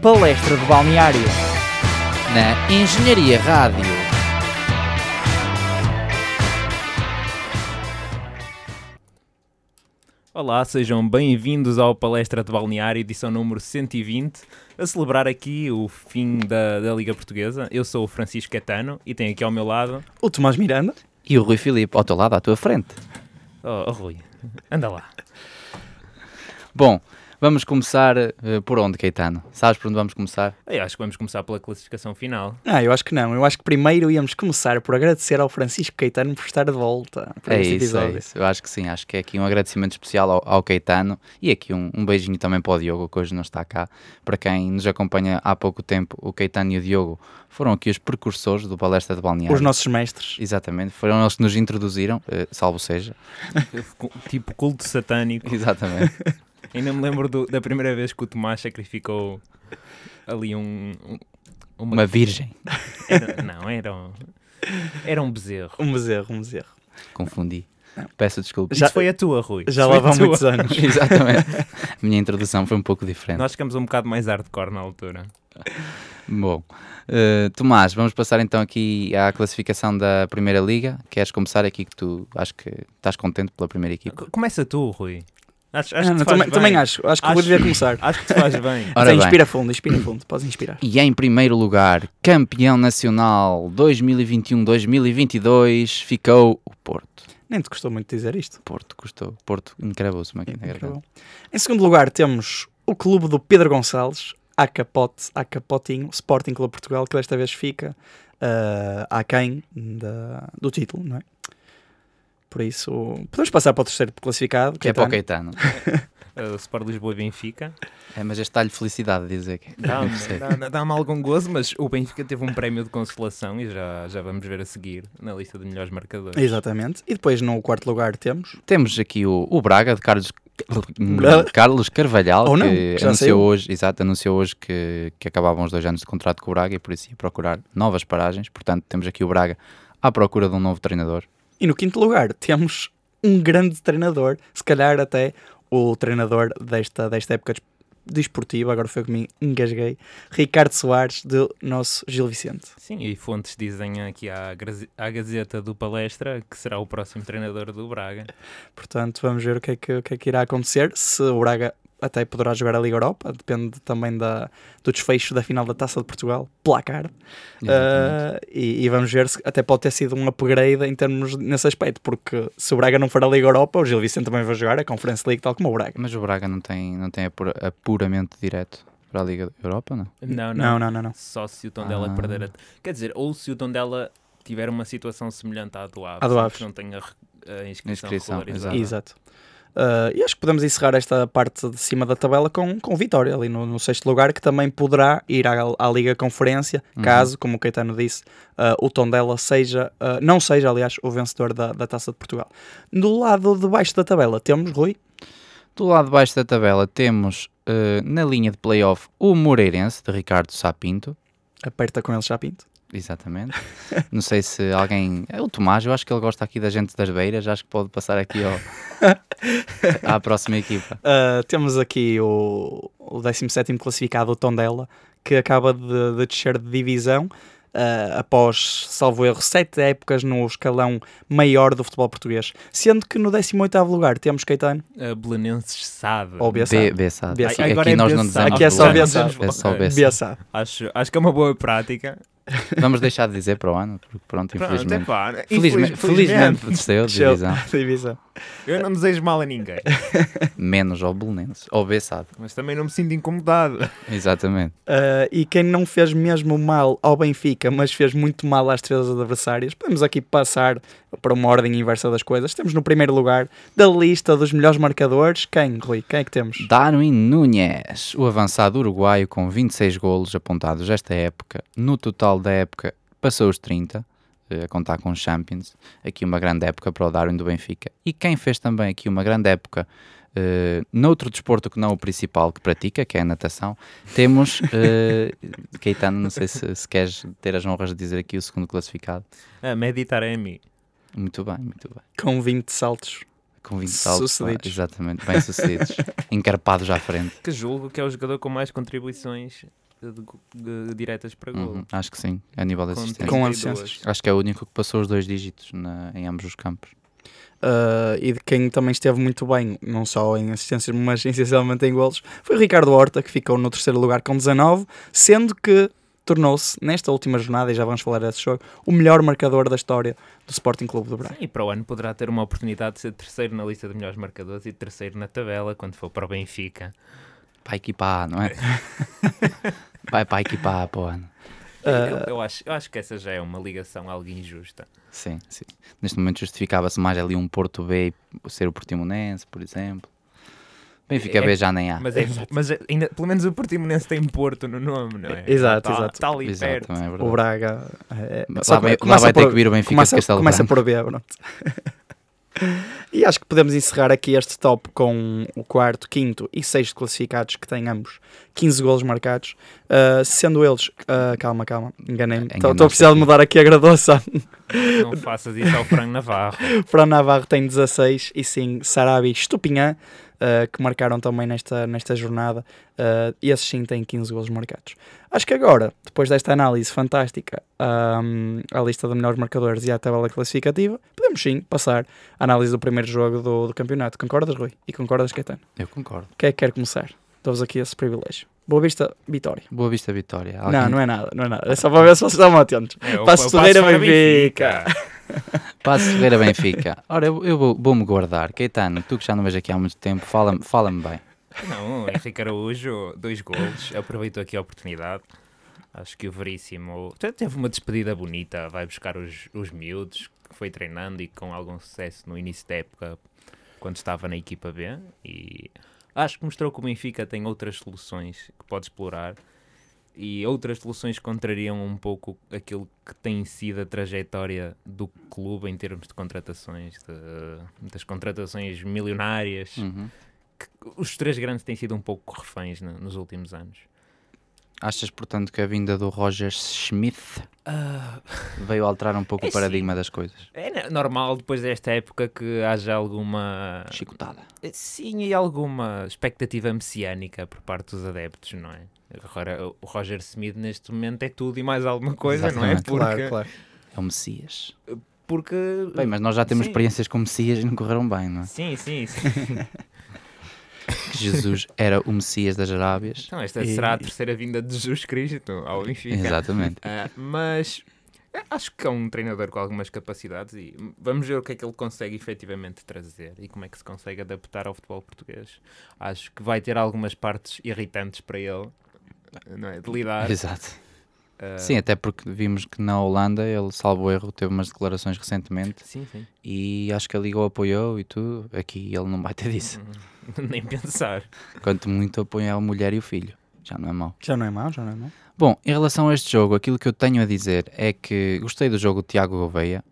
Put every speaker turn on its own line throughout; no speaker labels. Palestra de Balneário. Na Engenharia Rádio.
Olá, sejam bem-vindos ao Palestra de Balneário, edição número 120, a celebrar aqui o fim da, da Liga Portuguesa. Eu sou o Francisco Catano e tenho aqui ao meu lado.
O Tomás Miranda.
E o Rui Filipe, ao teu lado, à tua frente.
Oh, oh, Rui, anda lá.
Bom, vamos começar eh, por onde, Caetano? Sabes por onde vamos começar?
Eu acho que vamos começar pela classificação final.
Ah, eu acho que não. Eu acho que primeiro íamos começar por agradecer ao Francisco Caetano por estar de volta para
É
este
isso, é
episódio.
isso. Eu acho que sim. Acho que é aqui um agradecimento especial ao, ao Caetano e aqui um, um beijinho também para o Diogo, que hoje não está cá. Para quem nos acompanha há pouco tempo, o Caetano e o Diogo foram aqui os precursores do Palestra de Balneário.
Os nossos mestres.
Exatamente, foram eles que nos introduziram, eh, salvo seja.
Tipo culto satânico.
Exatamente.
Ainda me lembro do- da primeira vez que o Tomás sacrificou ali um. um- uma,
Uma virgem.
era- não, era um, era um bezerro.
Um bezerro, um bezerro.
Confundi. Peço desculpa.
Já-
Isso foi a tua, Rui.
Já
Isso foi
lá
a
vão
tua.
muitos anos.
Exatamente. A minha introdução foi um pouco diferente.
Nós ficamos um bocado mais hardcore na altura.
Bom, eh, Tomás, vamos passar então aqui à classificação da Primeira Liga. Queres começar aqui que tu acho que estás contente pela primeira equipa?
Co- Começa tu, Rui. Acho,
Ah,
acho que
não,
te faz
também,
bem.
também acho. Acho que
Acho- Ah.
vou devia começar.
Acho que te faz bem.
Ora bem.
Sim, inspira fundo, inspira fundo. Podes inspirar.
E em primeiro lugar, campeão nacional 2021-2022, ficou o Porto.
Nem te gostou muito de dizer isto.
Porto custou. Porto encravou-se-me aqui na garganta.
Incrível. Em segundo lugar temos o clube do Pedro Gonçalves, a capote, a capotinho, Sporting Clube Portugal, que desta vez fica ah, aquém da, do título, não é? Por isso, podemos passar para o terceiro classificado,
Que é para o Caetano.
Uh, Sport Lisboa e Benfica.
É, mas este dá-lhe felicidade de dizer que. é.
Dá-me
Não sei.
dá- dá-me algum gozo, mas o Benfica teve um prémio de consolação e já, já vamos ver a seguir na lista de melhores marcadores.
Exatamente. E depois no quarto lugar temos.
Temos aqui o, o Braga de Carlos,
Bra-
Carlos Carvalhal,
Ou não,
que
que já
anunciou
saiu.
hoje, exato, anunciou hoje que, que acabavam os dois anos de contrato com o Braga e por isso ia procurar novas paragens. Portanto, temos aqui o Braga à procura de um novo treinador.
E no quinto lugar temos um grande treinador, se calhar até o treinador desta, desta época des- desportiva, agora foi que me engasguei, Ricardo Soares, do nosso Gil Vicente.
Sim, e fontes dizem aqui à, graze- à Gazeta do Palestra que será o próximo treinador do Braga.
Portanto, vamos ver o que é que, o que é que irá acontecer. Se o Braga até poderá jogar a Liga Europa, depende também da, do desfecho da final da Taça de Portugal, placar. Ah,
Exatamente.
e, e vamos ver se até pode ter sido um upgrade em termos nesse aspecto, porque se o Braga não for à Liga Europa, o Gil Vicente também vai jogar a Conference League, tal como o Braga.
Mas o Braga não tem, não tem apura- apuramento direto para a Liga Europa, não?
Não, não.
Não, não, não, não.
Só se o Tondela
Ah.
perder a... Quer dizer, ou se o Tondela tiver uma situação semelhante à do Aves.
À do
só que
Aves.
Não tenha a inscrição,
Inscrição,
regularizada.
Exato.
Exato. Ah, e acho que podemos encerrar esta parte de cima da tabela com, com vitória ali no, no sexto lugar, que também poderá ir à, à Liga Conferência,
Uhum.
caso, como o Caetano disse, ah, o Tondela seja, ah, não seja, aliás, o vencedor da, da Taça de Portugal. Do lado de baixo da tabela temos, Rui,
Do lado de baixo da tabela temos eh, na linha de playoff o Moreirense de Ricardo Sapinto.
aperta com ele já pinto.
Exatamente. Não sei se alguém. É o Tomás, eu acho que ele gosta aqui da gente das beiras, acho que pode passar aqui ao... à próxima equipa.
Ah, temos aqui o, o 17º classificado, o Tondela, que acaba de, de descer de divisão. ah, após, salvo erro, sete épocas no escalão maior do futebol português. Sendo que no 18º lugar temos Caetano,
A Belenenses sabe.
Ou
B,
Bessade.
B, Sade.
Bessade.
Aqui,
Agora é
nós não
Bessade.
dizemos.
Aqui é só
Vamos-
Bessade.
É só
Ok.
Bessade.
Bessade.
Acho, acho que é uma boa prática.
Vamos deixar de dizer para o ano, porque pronto,
Pronto, é
infelizmente.
pá.
Felizme-
Infelizmente.
Felizmente desceu a
Desceu.
divisão,
Divisão.
Eu não desejo mal a ninguém.
menos ao Belenenses, ao Bessade,
Mas também não me sinto incomodado.
exatamente.
Ah, e quem não fez mesmo mal ao Benfica, mas fez muito mal às três adversárias, podemos aqui passar para uma ordem inversa das coisas. Temos no primeiro lugar da lista dos melhores marcadores. Quem, Rui? Quem é que temos?
Darwin Nunes, o avançado uruguaio com 26 golos apontados esta época, no total da época passou os 30, eh, a contar com os Champions, aqui uma grande época para o Darwin do Benfica. E quem fez também aqui uma grande época eh, noutro desporto que não o principal que pratica, que é a natação, temos, eh, Caetano, não sei se, se queres ter as honras de dizer aqui o segundo classificado.
A meditar é a mim.
Muito bem, muito bem.
Com 20 saltos.
Com 20 saltos, pá,
Sucedidos.
exatamente, bem-sucedidos, encarpados à frente.
Que julgo que é o jogador com mais contribuições de- de- de- diretas para gol.
Uhum, acho que sim, a nível da assistência.
Com
32.
assistências.
Acho que é o único que passou os dois dígitos na- em ambos os campos.
Uh, e de quem também esteve muito bem, não só em assistências, mas essencialmente em golos, foi o Ricardo Horta, que ficou no terceiro lugar com 19, sendo que tornou-se, nesta última jornada, e já vamos falar desse jogo, o melhor marcador da história do Sporting Clube do Braga.
Sim, e para o ano poderá ter uma oportunidade de ser terceiro na lista de melhores marcadores e terceiro na tabela quando for para o Benfica.
Para a equipa A, não é? Vai para a equipa A para o ano.
Ah.
Eu, eu acho, eu acho que essa já é uma ligação algo injusta.
Sim, sim. Neste momento justificava-se mais ali um Porto B e ser o Portimonense, por exemplo. Benfica
É-
B já
Ah,
nem há.
Mas, é, mas é- ainda, pelo menos o Portimonense tem Porto no nome, não é?
Exato,
está,
exato.
Está ali
Exato,
perto.
também é verdade.
Ah, O Braga eh,
Lá
só
vai- lá
começa
vai ter
por-
que vir o Benfica de
começa,
Castelo
começa
Branco.
por B, pronto. E acho que podemos encerrar aqui este top com o quarto, quinto e sexto classificados que têm ambos 15 golos marcados. Ah, sendo eles, ah, calma, calma, enganei-me. Estou
Enganaste
a precisar de
aqui.
mudar aqui a graduação.
Não faças isso ao Franco Navarro.
Fran Navarro tem 16 e sim Sarabi e Estupinhã, eh, que marcaram também nesta, nesta jornada. eh, esses sim têm 15 golos marcados. Acho que agora, depois desta análise fantástica ahm, à lista de melhores marcadores e à tabela classificativa, podemos sim passar à análise do primeiro jogo do, do campeonato. Concordas, Rui? E concordas, Caetano?
Eu concordo.
Quem é que quer começar? Dou-vos aqui esse privilégio. Boa vista, vitória.
Boa vista vitória.
Não, não é nada, não é nada. É só para ver se vocês estavam atentos.
É, o-
Passo
o Passo
Ferreira,
Ferreira,
Benfica. é-
Passo Ferreira Benfica. Ora, eu, eu vou- vou-me guardar. Caetano, tu que já não vês aqui há muito tempo, fala-me fala bem.
Não, Henrique Araújo, dois gols. Aproveitou aqui a oportunidade. Acho que o Veríssimo te- teve uma despedida bonita. Vai buscar os, os miúdos que foi treinando e com algum sucesso no início da época, quando estava na equipa B. E acho que mostrou que o Benfica tem outras soluções que pode explorar e outras soluções que contrariam um pouco aquilo que tem sido a trajetória do clube em termos de contratações, de- das contratações milionárias
Uhum.
os três grandes têm sido um pouco reféns no- nos últimos anos.
Achas, portanto, que a vinda do Roger Smith veio alterar um pouco
é
o paradigma das coisas?
É n- normal depois desta época que haja alguma.
Chicotada.
Sim, e alguma expectativa messiânica por parte dos adeptos, não é? Agora, o Roger Smith neste momento é tudo e mais alguma coisa,
Exatamente.
não é? Porque.
claro.
É o Messias.
porque...
Bem, mas nós já temos
Sim.
experiências com Messias e não correram bem, não é?
Sim, sim, sim.
Que Jesus era o Messias das Arábias.
Então, esta
E-
será a terceira vinda de Jesus Cristo ao Benfica.
Exatamente.
Ah, mas eh, acho que é um treinador com algumas capacidades e hum, vamos ver o que é que ele consegue efetivamente trazer e como é que se consegue adaptar ao futebol português. Acho que vai ter algumas partes irritantes para ele, não é? De lidar.
Exato.
Ah,
Sim, até porque vimos que na Holanda ele, salvo erro, teve umas declarações recentemente
Sim, sim.
e acho que a Liga o apoiou e tudo. Aqui ele não vai ter disso.
Nem pensar.
Quanto muito apoia a mulher e o filho. Já não é mau.
Já não é mau, já não é mau.
Bom, em relação a este jogo, aquilo que eu tenho a dizer é que gostei do jogo de Tiago Gouveia,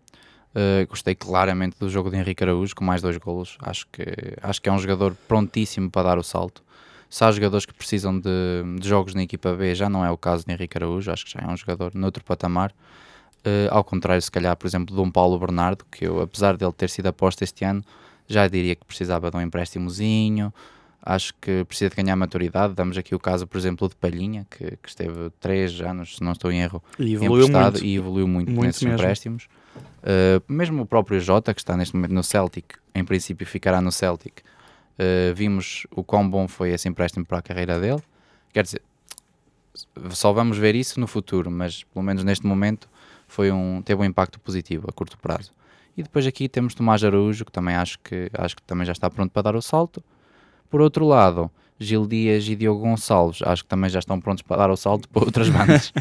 eh, gostei claramente do jogo de Henrique Araújo, com mais dois golos. Acho que, acho que é um jogador prontíssimo para dar o salto. Se há jogadores que precisam de, de jogos na equipa B, já não é o caso de Henrique Araújo, acho que já é um jogador noutro patamar. Eh, ao contrário, se calhar, por exemplo, de um Paulo Bernardo, que eu, apesar dele ter sido aposta este ano, já diria que precisava de um empréstimozinho, acho que precisa de ganhar maturidade. Damos aqui o caso, por exemplo, de Palhinha, que, que esteve 3 anos, se não estou em erro,
E evoluiu
emprestado
muito.
e evoluiu muito,
Muito
nesses
mesmo.
empréstimos. Uh, mesmo o próprio Jota, que está neste momento no Celtic, em princípio ficará no Celtic. Uh, vimos o quão bom foi esse empréstimo para a carreira dele. Quer dizer, só vamos ver isso no futuro, mas pelo menos neste momento foi um, teve um impacto positivo a curto prazo. E depois aqui temos Tomás Araújo, que também acho que, acho que também já está pronto para dar o salto. Por outro lado, Gil Dias e Diogo Gonçalves, acho que também já estão prontos para dar o salto para outras bandas.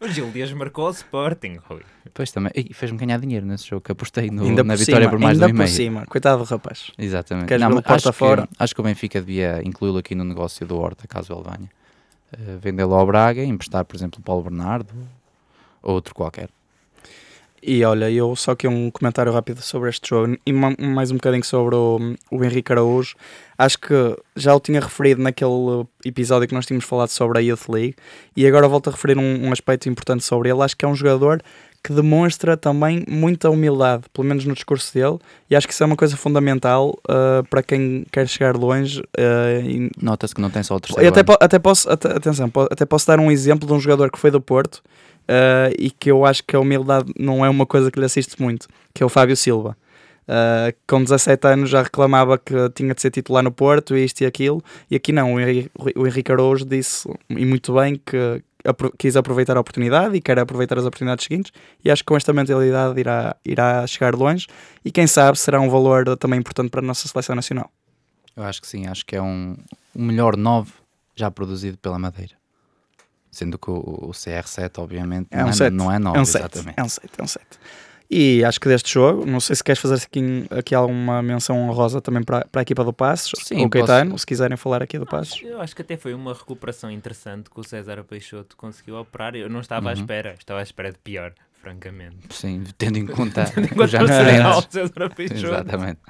O Gil Dias marcou o Sporting, Rui.
Pois também. E fez-me ganhar dinheiro nesse jogo que apostei no-
ainda
na
por
vitória
cima,
por mais de
ainda
um e
por
meio.
cima. Coitado do rapaz.
Exatamente.
Queres vê-lo
mas
porta
acho,
fora?
Que, acho que o Benfica devia incluí-lo aqui no negócio do Horta, caso ele venha. Eh, Vendê-lo ao Braga e emprestar, por exemplo, o Paulo Bernardo ou outro qualquer.
E olha, eu só que um comentário rápido sobre este jogo e ma- mais um bocadinho sobre o, o Henrique Araújo. Acho que já o tinha referido naquele episódio que nós tínhamos falado sobre a Youth League e agora volto a referir um, um aspecto importante sobre ele. Acho que é um jogador que demonstra também muita humildade, pelo menos no discurso dele, e acho que isso é uma coisa fundamental ah, para quem quer chegar longe ah, e
Nota-se que não tem só o
eu
terceiro
até,
ano.
po- até posso, até- atenção, po- até posso dar um exemplo de um jogador que foi do Porto eh, e que eu acho que a humildade não é uma coisa que lhe assiste muito, que é o Fábio Silva. Eh, com 17 anos já reclamava que tinha de ser titular no Porto, isto e aquilo, e aqui não, o Henri- o Henrique Araújo disse, e muito bem, que apro- quis aproveitar a oportunidade e quer aproveitar as oportunidades seguintes, e acho que com esta mentalidade irá, irá chegar longe, e quem sabe será um valor também importante para a nossa seleção nacional.
Eu acho que sim, acho que é um, o melhor 9 já produzido pela Madeira. Sendo que o, o CR7, obviamente,
É
não,
um
é,
sete.
não é 9,
É um set,
exatamente.
é um set, é um set. E acho que deste jogo, não sei se queres fazer aqui, aqui alguma menção honrosa também para, para a equipa do Passos,
Sim,
ou o
posso- Ah.
Caetano, se quiserem falar aqui do Passos.
Eu acho que até foi uma recuperação interessante que o César Peixoto conseguiu operar. Eu não estava à
Uhum.
espera, estava à espera de pior, francamente.
Sim, tendo em conta os
Enquanto o
antecedentes.
César Peixoto.
Exatamente.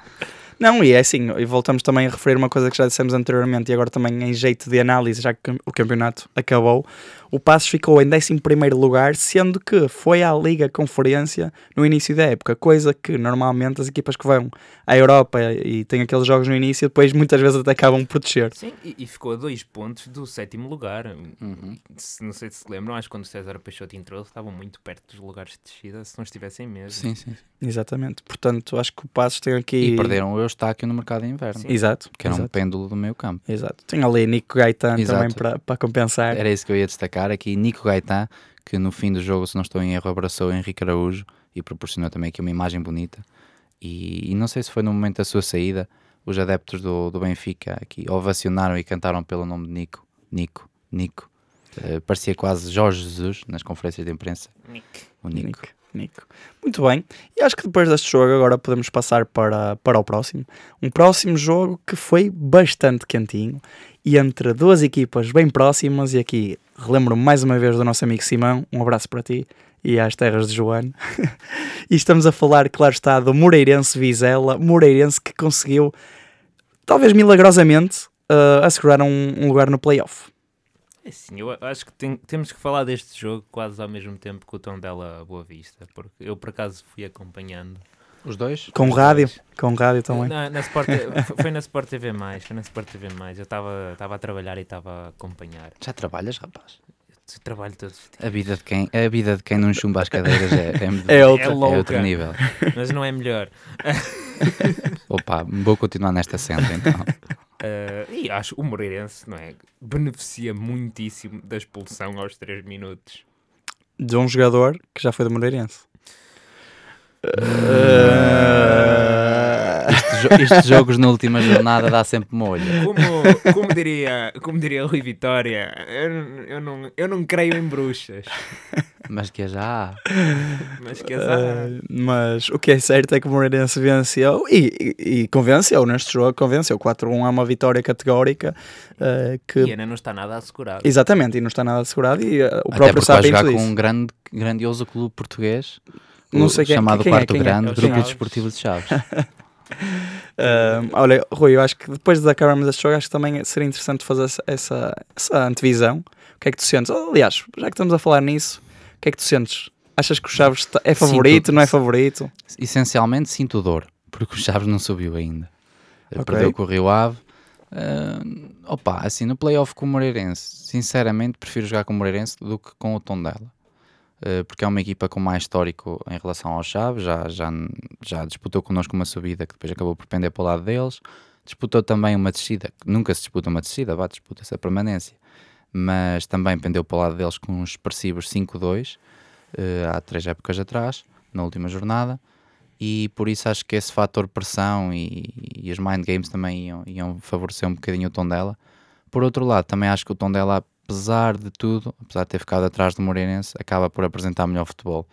Não, e é assim, e voltamos também a referir uma coisa que já dissemos anteriormente e agora também em jeito de análise, já que o campeonato acabou. O Passos ficou em 11 lugar, sendo que foi à Liga Conferência no início da época, coisa que normalmente as equipas que vão à Europa e têm aqueles jogos no início, depois muitas vezes até acabam por descer.
Sim, e, e ficou a dois pontos do sétimo lugar.
Uhum.
Se- não sei se se lembram, acho que quando o César Peixoto entrou, eles estavam muito perto dos lugares de descida, se não estivessem mesmo.
Sim, sim.
Exatamente, portanto acho que o Passos tem aqui...
E, perderam o Eustáquio no mercado de inverno,
Sim.
Exato.
que era um
exato,
pêndulo do meio campo.
exato. Tem ali Nico Gaetano
Exato.
também para, para compensar.
Era isso que eu ia destacar aqui. Nico Gaetan, que no fim do jogo, se não estou em erro, abraçou Henrique Araújo e proporcionou também aqui uma imagem bonita. E, e não sei se foi no momento da sua saída, os adeptos do, do Benfica aqui ovacionaram e cantaram pelo nome de Nico, Nico, Nico. Eh, parecia quase Jorge Jesus nas conferências de imprensa.
Nick.
O Nico.
Nico. Muito bem. E acho que depois deste jogo agora podemos passar para, para o próximo. Um próximo jogo que foi bastante quentinho e entre duas equipas bem próximas. E aqui relembro mais uma vez do nosso amigo Simão. Um abraço para ti e às terras de Joano. e estamos a falar, claro está, do Moreirense Vizela. Moreirense que conseguiu, talvez milagrosamente, eh, assegurar um, um lugar no playoff.
É Assim, eu a- acho que tem- temos que falar deste jogo quase ao mesmo tempo que o tom dela Boa Vista, porque eu por acaso fui acompanhando.
Os dois?
Com rádio. Com rádio também.
Na, na Sport, foi- foi na Sport TV+, foi na Sport TV+, eu estava estava a trabalhar e estava a acompanhar.
Já trabalhas, rapaz?
Eu trabalho todos os dias.
A vida de quem, a vida de quem não chumba as cadeiras é, é,
É outra.
é outro
louca.
nível.
mas não é melhor.
Opa, vou continuar nesta senda então.
Ah, e acho que o Moreirense, não é, beneficia muitíssimo da expulsão aos 3 minutos.
de um jogador que já foi do Moreirense.
Este jo- estes jogos na última jornada dá sempre molho.
Como, como diria, como diria Rui Vitória, eu, n- eu não, eu não creio em bruxas,
Mas que é já. há.
mas que azar.
Eh, mas o que é certo é que o Moreirense venceu e, e- e convenceu neste jogo, convenceu 4-1 é uma vitória categórica eh, que
E é- ainda não está nada assegurado.
exatamente e não está nada assegurado e eh, o
Até
próprio
porque vai
sabe
jogar
isso.
com um grande, grandioso clube português.
Não
o
sei quem-
chamado
quem é,
Quarto
quem é?
Grande,
É o
Grupo
Chaves.
Desportivo de Chaves.
Eh, olha, Rui, eu acho que depois de acabarmos este jogo, acho que também seria interessante fazer essa, essa, essa antevisão. O que é que tu sentes? Aliás, já que estamos a falar nisso, o que é que tu sentes? Achas que o Chaves tá- é
Sinto-
favorito, não é favorito?
Essencialmente sinto dor, porque o Chaves não subiu ainda.
Ok.
Perdeu com o Rio Ave. Ah, opa, assim, no playoff com o Moreirense, sinceramente prefiro jogar com o Moreirense do que com o Tondela. Ah, porque é uma equipa com mais histórico em relação ao Chaves, já, já, já disputou connosco uma subida que depois acabou por pender para o lado deles. Disputou também uma descida, que nunca se disputa uma descida, vá, disputa-se a permanência. Mas também pendeu para o lado deles com uns expressivos 5-2, eh, há três épocas atrás, na última jornada e por isso acho que esse fator pressão e, e os mind games também iam, iam favorecer um bocadinho o tom dela. Por outro lado, também acho que o tom dela, apesar de tudo, apesar de ter ficado atrás do Moreirense, acaba por apresentar melhor futebol.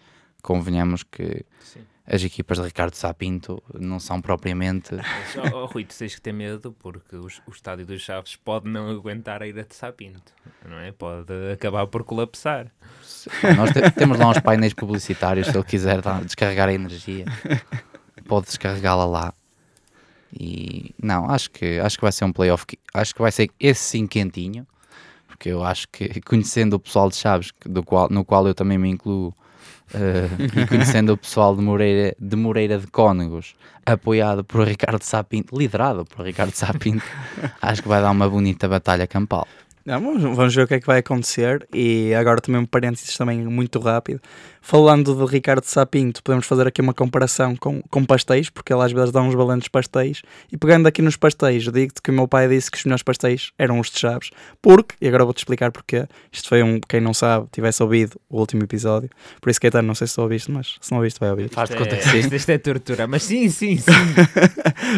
Convenhamos que
Sim.
as equipas de Ricardo Sapinto não são propriamente.
Mas, ó, ó, Rui, tu tens que ter medo porque os- o, estádio dos Chaves pode não aguentar a ira de Sapinto, não é? Pode acabar por colapsar.
Nós te- temos lá uns painéis publicitários, se ele quiser dar- descarregar a energia, pode descarregá-la lá. E não, acho que, acho que vai ser um playoff. que- Acho que vai ser esse sim quentinho, porque eu acho que, conhecendo o pessoal de Chaves, que- do qual, no qual eu também me incluo, Eh, e conhecendo o pessoal de Moreira de, Moreira de Cónegos, apoiado por Ricardo Sapinto, liderado por Ricardo Sapinto, acho que vai dar uma bonita batalha campal.
Não, vamos, vamos ver o que é que vai acontecer. E agora também um parênteses também muito rápido. Falando de Ricardo Sapinto, podemos fazer aqui uma comparação com, com pastéis, porque ele às vezes dá uns balanços pastéis. E pegando aqui nos pastéis, digo-te que o meu pai disse que os melhores pastéis eram os de Chaves. Porque, e agora vou-te explicar porquê, isto foi um, quem não sabe, tivesse ouvido o último episódio. Por isso, Caetano, não sei se tu ouviste, mas se não ouviste, vai ouvir.
Faz de
Isto
conta
é-
que sim.
Isto, isto é tortura, mas sim, sim, sim.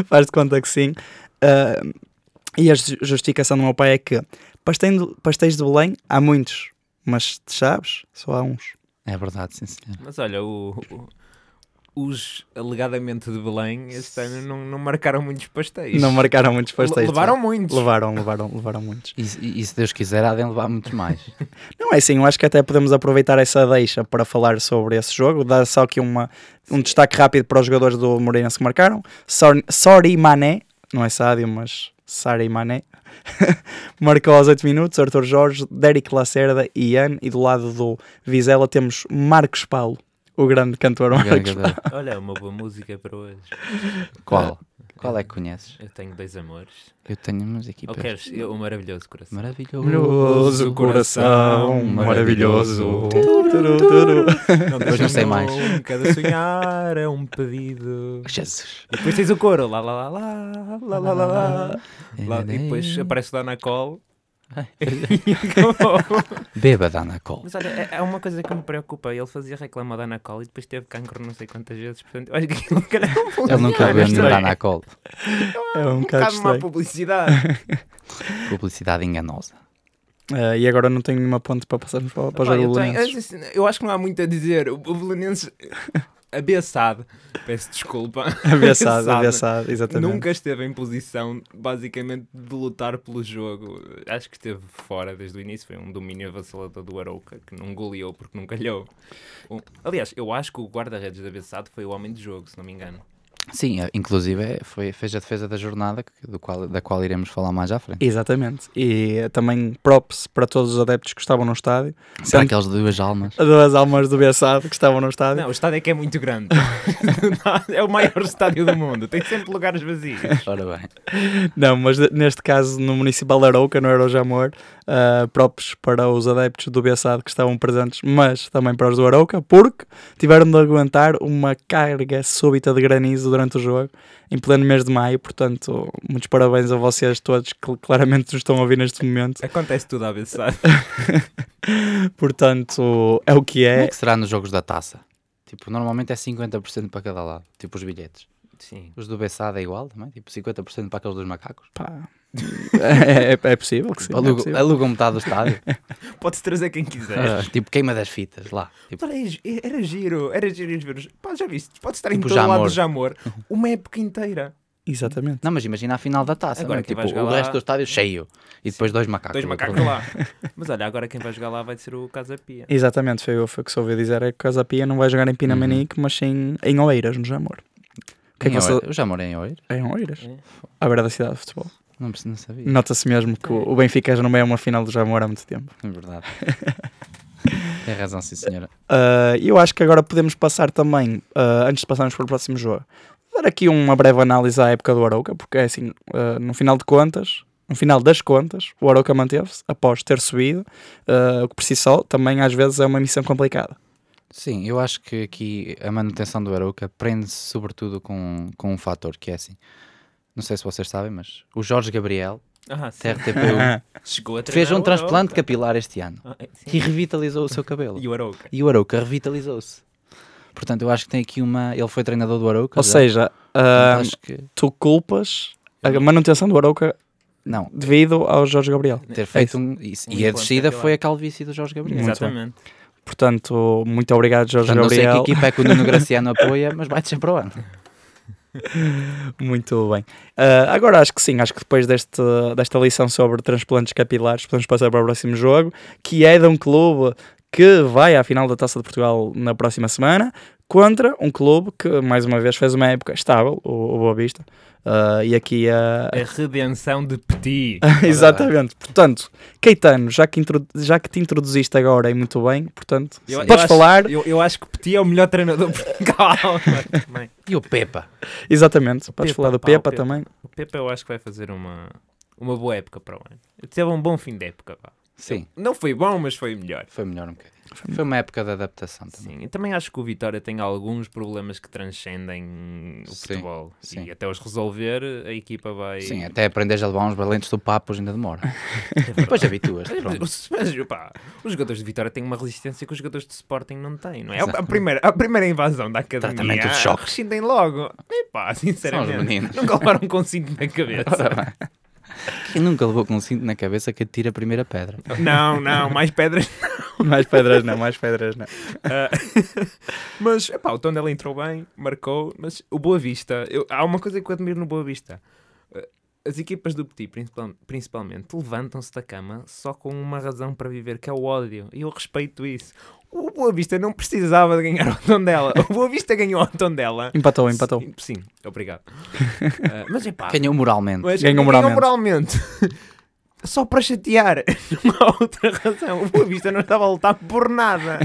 Faz de conta que sim. Ah, e a ju- justificação do meu pai é que pastéis de, pastéis de Belém há muitos, mas de Chaves só há uns.
É verdade, sim senhor.
Mas olha, o- o- os alegadamente de Belém este ano não, não marcaram muitos pastéis.
Não marcaram muitos pastéis.
Le- Levaram muitos.
Levaram, levaram, levaram muitos.
E, se- e se Deus quiser, há de levar muitos mais.
Não, é assim, eu acho que até podemos aproveitar essa deixa para falar sobre esse jogo. Dar só aqui uma, um destaque rápido para os jogadores do Moreirense que marcaram. Sor- Sori Mané, não é Sádio, mas Sari Mané, marcou aos 8 minutos. Arthur Jorge, Derek Lacerda e Ian. E do lado do Vizela temos Marcos Paulo, o grande cantor Marcos Paulo.
Olha, é uma boa música para hoje.
Qual? Qual é que conheces?
Eu tenho dois amores.
Eu tenho umas aqui
Ou
para-
queres eu- um maravilhoso coração?
Maravilhoso.
coração,
maravilhoso. Hoje não sei mais.
Cada sonhar é um pedido.
Jesus.
E depois tens o coro. Lá, lá, lá, lá, lá, lá, lá, lá. Lá- E
É,
depois aparece o Danacol. E acabou.
Beba da Anacol.
Mas olha, é, é uma coisa que me preocupa. Ele fazia reclama da Anacol e depois teve cancro não sei quantas vezes. Portanto, eu acho que aquilo cara, é um
Ele nunca viu nenhum da Anacol.
É
bocado
um bocado
má
estranho.
publicidade.
Publicidade enganosa.
Ah, e agora não tenho nenhuma ponte para passarmos para, para o
Pá,
jogo
eu,
do
tenho-
Belenenses.
assim, eu acho que não há muito a dizer. O o Belenenses abeçado. Peço desculpa.
Abraçado, abraçado, exatamente.
Nunca esteve em posição, basicamente, de lutar pelo jogo. Acho que esteve fora desde o início. Foi um domínio avassalador do Arauca, que não goleou porque não calhou. Um- Aliás, eu acho que o guarda-redes da Bessado foi o homem de jogo, se não me engano.
Sim, eh, inclusive é, foi, fez a defesa da jornada, que- do qual, da qual iremos falar mais à frente.
Exatamente. E eh, também props para todos os adeptos que estavam no estádio.
Será
Tanto
aqueles duas almas?
das almas do Bessado que estavam no estádio.
Não, o estádio é que é muito grande. é o maior estádio do mundo. Tem sempre lugares vazios.
Ora bem.
Não, mas de- neste caso no Municipal de Arouca, no Eurojamor, ah, props para os adeptos do Bessado que estavam presentes, mas também para os do Arouca, porque tiveram de aguentar uma carga súbita de granizo durante o jogo, em pleno mês de maio. Portanto, muitos parabéns a vocês todos que claramente nos estão a ouvir neste momento.
Acontece tudo a Bessado.
Portanto, é o que
Como
é.
é que será nos jogos da taça? Tipo, normalmente é 50% para cada lado, tipo os bilhetes.
Sim.
Os do Bessada é igual também, tipo 50% para aqueles dos macacos.
Pá. é, é- é possível que sim. é
Alugam,
possível. É.
alugam metade do estádio,
Pode-se trazer quem quiser.
Ah, tipo queima das fitas lá. Tipo,
Era, era giro, era giro ir ver. os- Pá, já viste? Pode estar em
Tipo
todo lado
Jamor.
do Jamor uma época inteira.
Exatamente.
não, mas imagina a final da taça,
Agora
não é?
quem
tipo
vai
o
jogar lá-
resto do estádio cheio e depois dois macacos. Tipo,
Dois
do outro
macacos lá. Mas olha, agora quem vai jogar lá vai ser o Casa Pia.
Exatamente, foi, foi o que se ouviu dizer é que Casa Pia não vai jogar em Pinamanique, mas sim em Oeiras, no Jamor.
lado.
O que é
Em
que você-
Oeiras- Eu já morei em Oeiras,
Em Oeiras?
É.
À beira da cidade de futebol.
não, perce- não sabia.
Nota-se mesmo que o o Benfica já não é uma final do Jamor há muito tempo.
É verdade. Tem razão, sim senhora.
Ah, E eu acho que agora podemos passar também, ah, antes de passarmos para o próximo jogo, dar aqui uma breve análise à época do Arouca, porque é assim, ah, no final de contas, no final das contas, o Arouca manteve-se após ter subido, ah, o que por si só também às vezes é uma missão complicada.
Sim, eu acho que aqui a manutenção do Arouca prende-se sobretudo com, com um fator que é assim. Não sei se vocês sabem, mas o Jorge Gabriel,
Ah, sim.
TRTP,
Chegou a
fez um
treinar o
transplante
Arouca.
capilar este ano
Ah, é, sim.
e revitalizou o seu cabelo.
E o Arouca.
E o Arouca revitalizou-se. Portanto, eu acho que tem aqui uma. Ele foi treinador do Arouca.
Ou
já.
seja, ah,
Então, é. acho que.
tu culpas a manutenção do Arouca
Não,
devido ao Jorge Gabriel.
ter feito
isso.
um. isso-
Um
e a
encontro
descida
capilar.
foi a calvície do Jorge Gabriel.
Exatamente.
Portanto, muito obrigado, Jorge
Portanto, não sei
Gabriel.
que equipa é que o Nuno Graciano apoia, mas vai descer para o ano.
Muito bem. Ah, agora acho que sim, acho que depois deste, desta lição sobre transplantes capilares, podemos passar para o próximo jogo, que é de um clube que vai à final da Taça de Portugal na próxima semana, contra um clube que, mais uma vez, fez uma época estável, o, o Boa Vista, ah, Ah, e aqui a.
A É redenção de Petit.
Exatamente. Portanto, Caetano, já que, introdu- já que te introduziste agora e muito bem, portanto,
Eu- eu
podes
acho-
falar.
Eu, eu acho que Petit é o melhor treinador portugal. mas também.
E o Pepa?
Exatamente, podes
Pepa,
falar do
pá, o
Pepa
Pepa.
também.
O Pepe eu acho que vai fazer uma, uma boa época para o ano. Teve um bom fim de época. pá.
Sim,
Não foi bom, mas foi melhor.
foi melhor um bocadinho. Foi uma época de adaptação também.
Sim, eu também acho que o Vitória tem alguns problemas que transcendem o
Sim,
futebol.
sim.
E até os resolver, a equipa vai.
Sim, até aprenderes a levar uns valentes do papo ainda demora. Depois habituas-te, pronto.
Mas, mas, pá, os jogadores de Vitória têm uma resistência que os jogadores de Sporting não têm, não é? A primeira, a primeira invasão da academia. ah,
Tratamento de choque.
Rescindem logo.
São
Epá,
os
sinceramente.
meninos.
Nunca levaram com cinco na
Ora
cabeça.
bem. Quem nunca levou com um cinto na cabeça que atira a primeira pedra?
não, não, mais pedras
Mais pedras não, mais pedras não.
Ah, mas epá, o Tondela entrou bem, marcou, mas o Boa Vista, eu- há uma coisa que eu admiro no Boa Vista. Ah, As equipas do Petit, principal- principalmente, levantam-se da cama só com uma razão para viver, que é o ódio. E eu respeito isso. O Boa Vista não precisava de ganhar o Tondela. O Boa Vista ganhou o Tondela.
Empatou, empatou.
Sim, obrigado. Ah, mas epá,
Ganhou é moralmente.
mas
Ganhou moralmente.
moralmente. Só para chatear. Não há outra razão. O Boa Vista não estava a lutar por nada.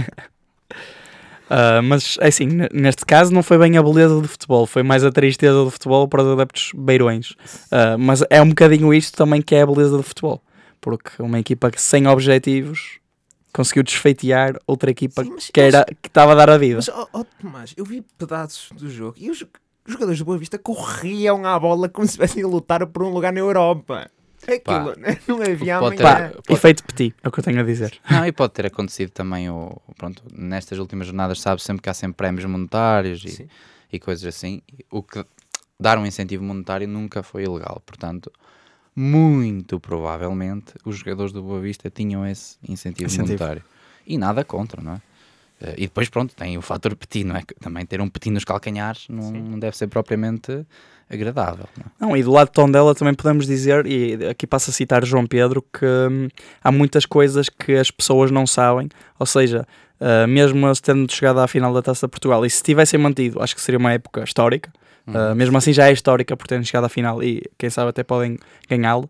Ah, mas é assim, n- neste caso não foi bem a beleza do futebol, foi mais a tristeza do futebol para os adeptos beirões. Ah, mas é um bocadinho isto também que é a beleza do futebol, porque uma equipa que sem objetivos conseguiu desfeitear outra equipa
Sim, mas-
que era que estava a dar a vida.
Mas, ó ó, Tomás, eu vi pedaços do jogo e os os jogadores do Boa Vista corriam à bola como se estivessem a lutar por um lugar na Europa. Aquilo, né? não havia
pode ter-
amanhã.
Pá,
pode-
efeito petit, é o que eu tenho a dizer.
Não, e pode ter acontecido também o. Pronto, nestas últimas jornadas, sabe sempre que há sempre prémios monetários e,
Sim.
e coisas assim. O que dar um incentivo monetário nunca foi ilegal. Portanto, muito provavelmente os jogadores do Boa Vista tinham esse incentivo,
Incentivo.
monetário. E nada contra, não é? Eh, E depois, pronto, tem o fator petit, não é? Que Também ter um petit nos calcanhares não, não deve ser propriamente agradável. Não é?
Não, e do lado de Tondela também podemos dizer, e aqui passo a citar João Pedro, que hum, há muitas coisas que as pessoas não sabem, ou seja, ah, mesmo eles tendo chegado à final da Taça de Portugal, e se tivessem mantido, acho que seria uma época histórica, Ah, mesmo assim já é histórica por terem chegado à final e quem sabe até podem ganhá-lo.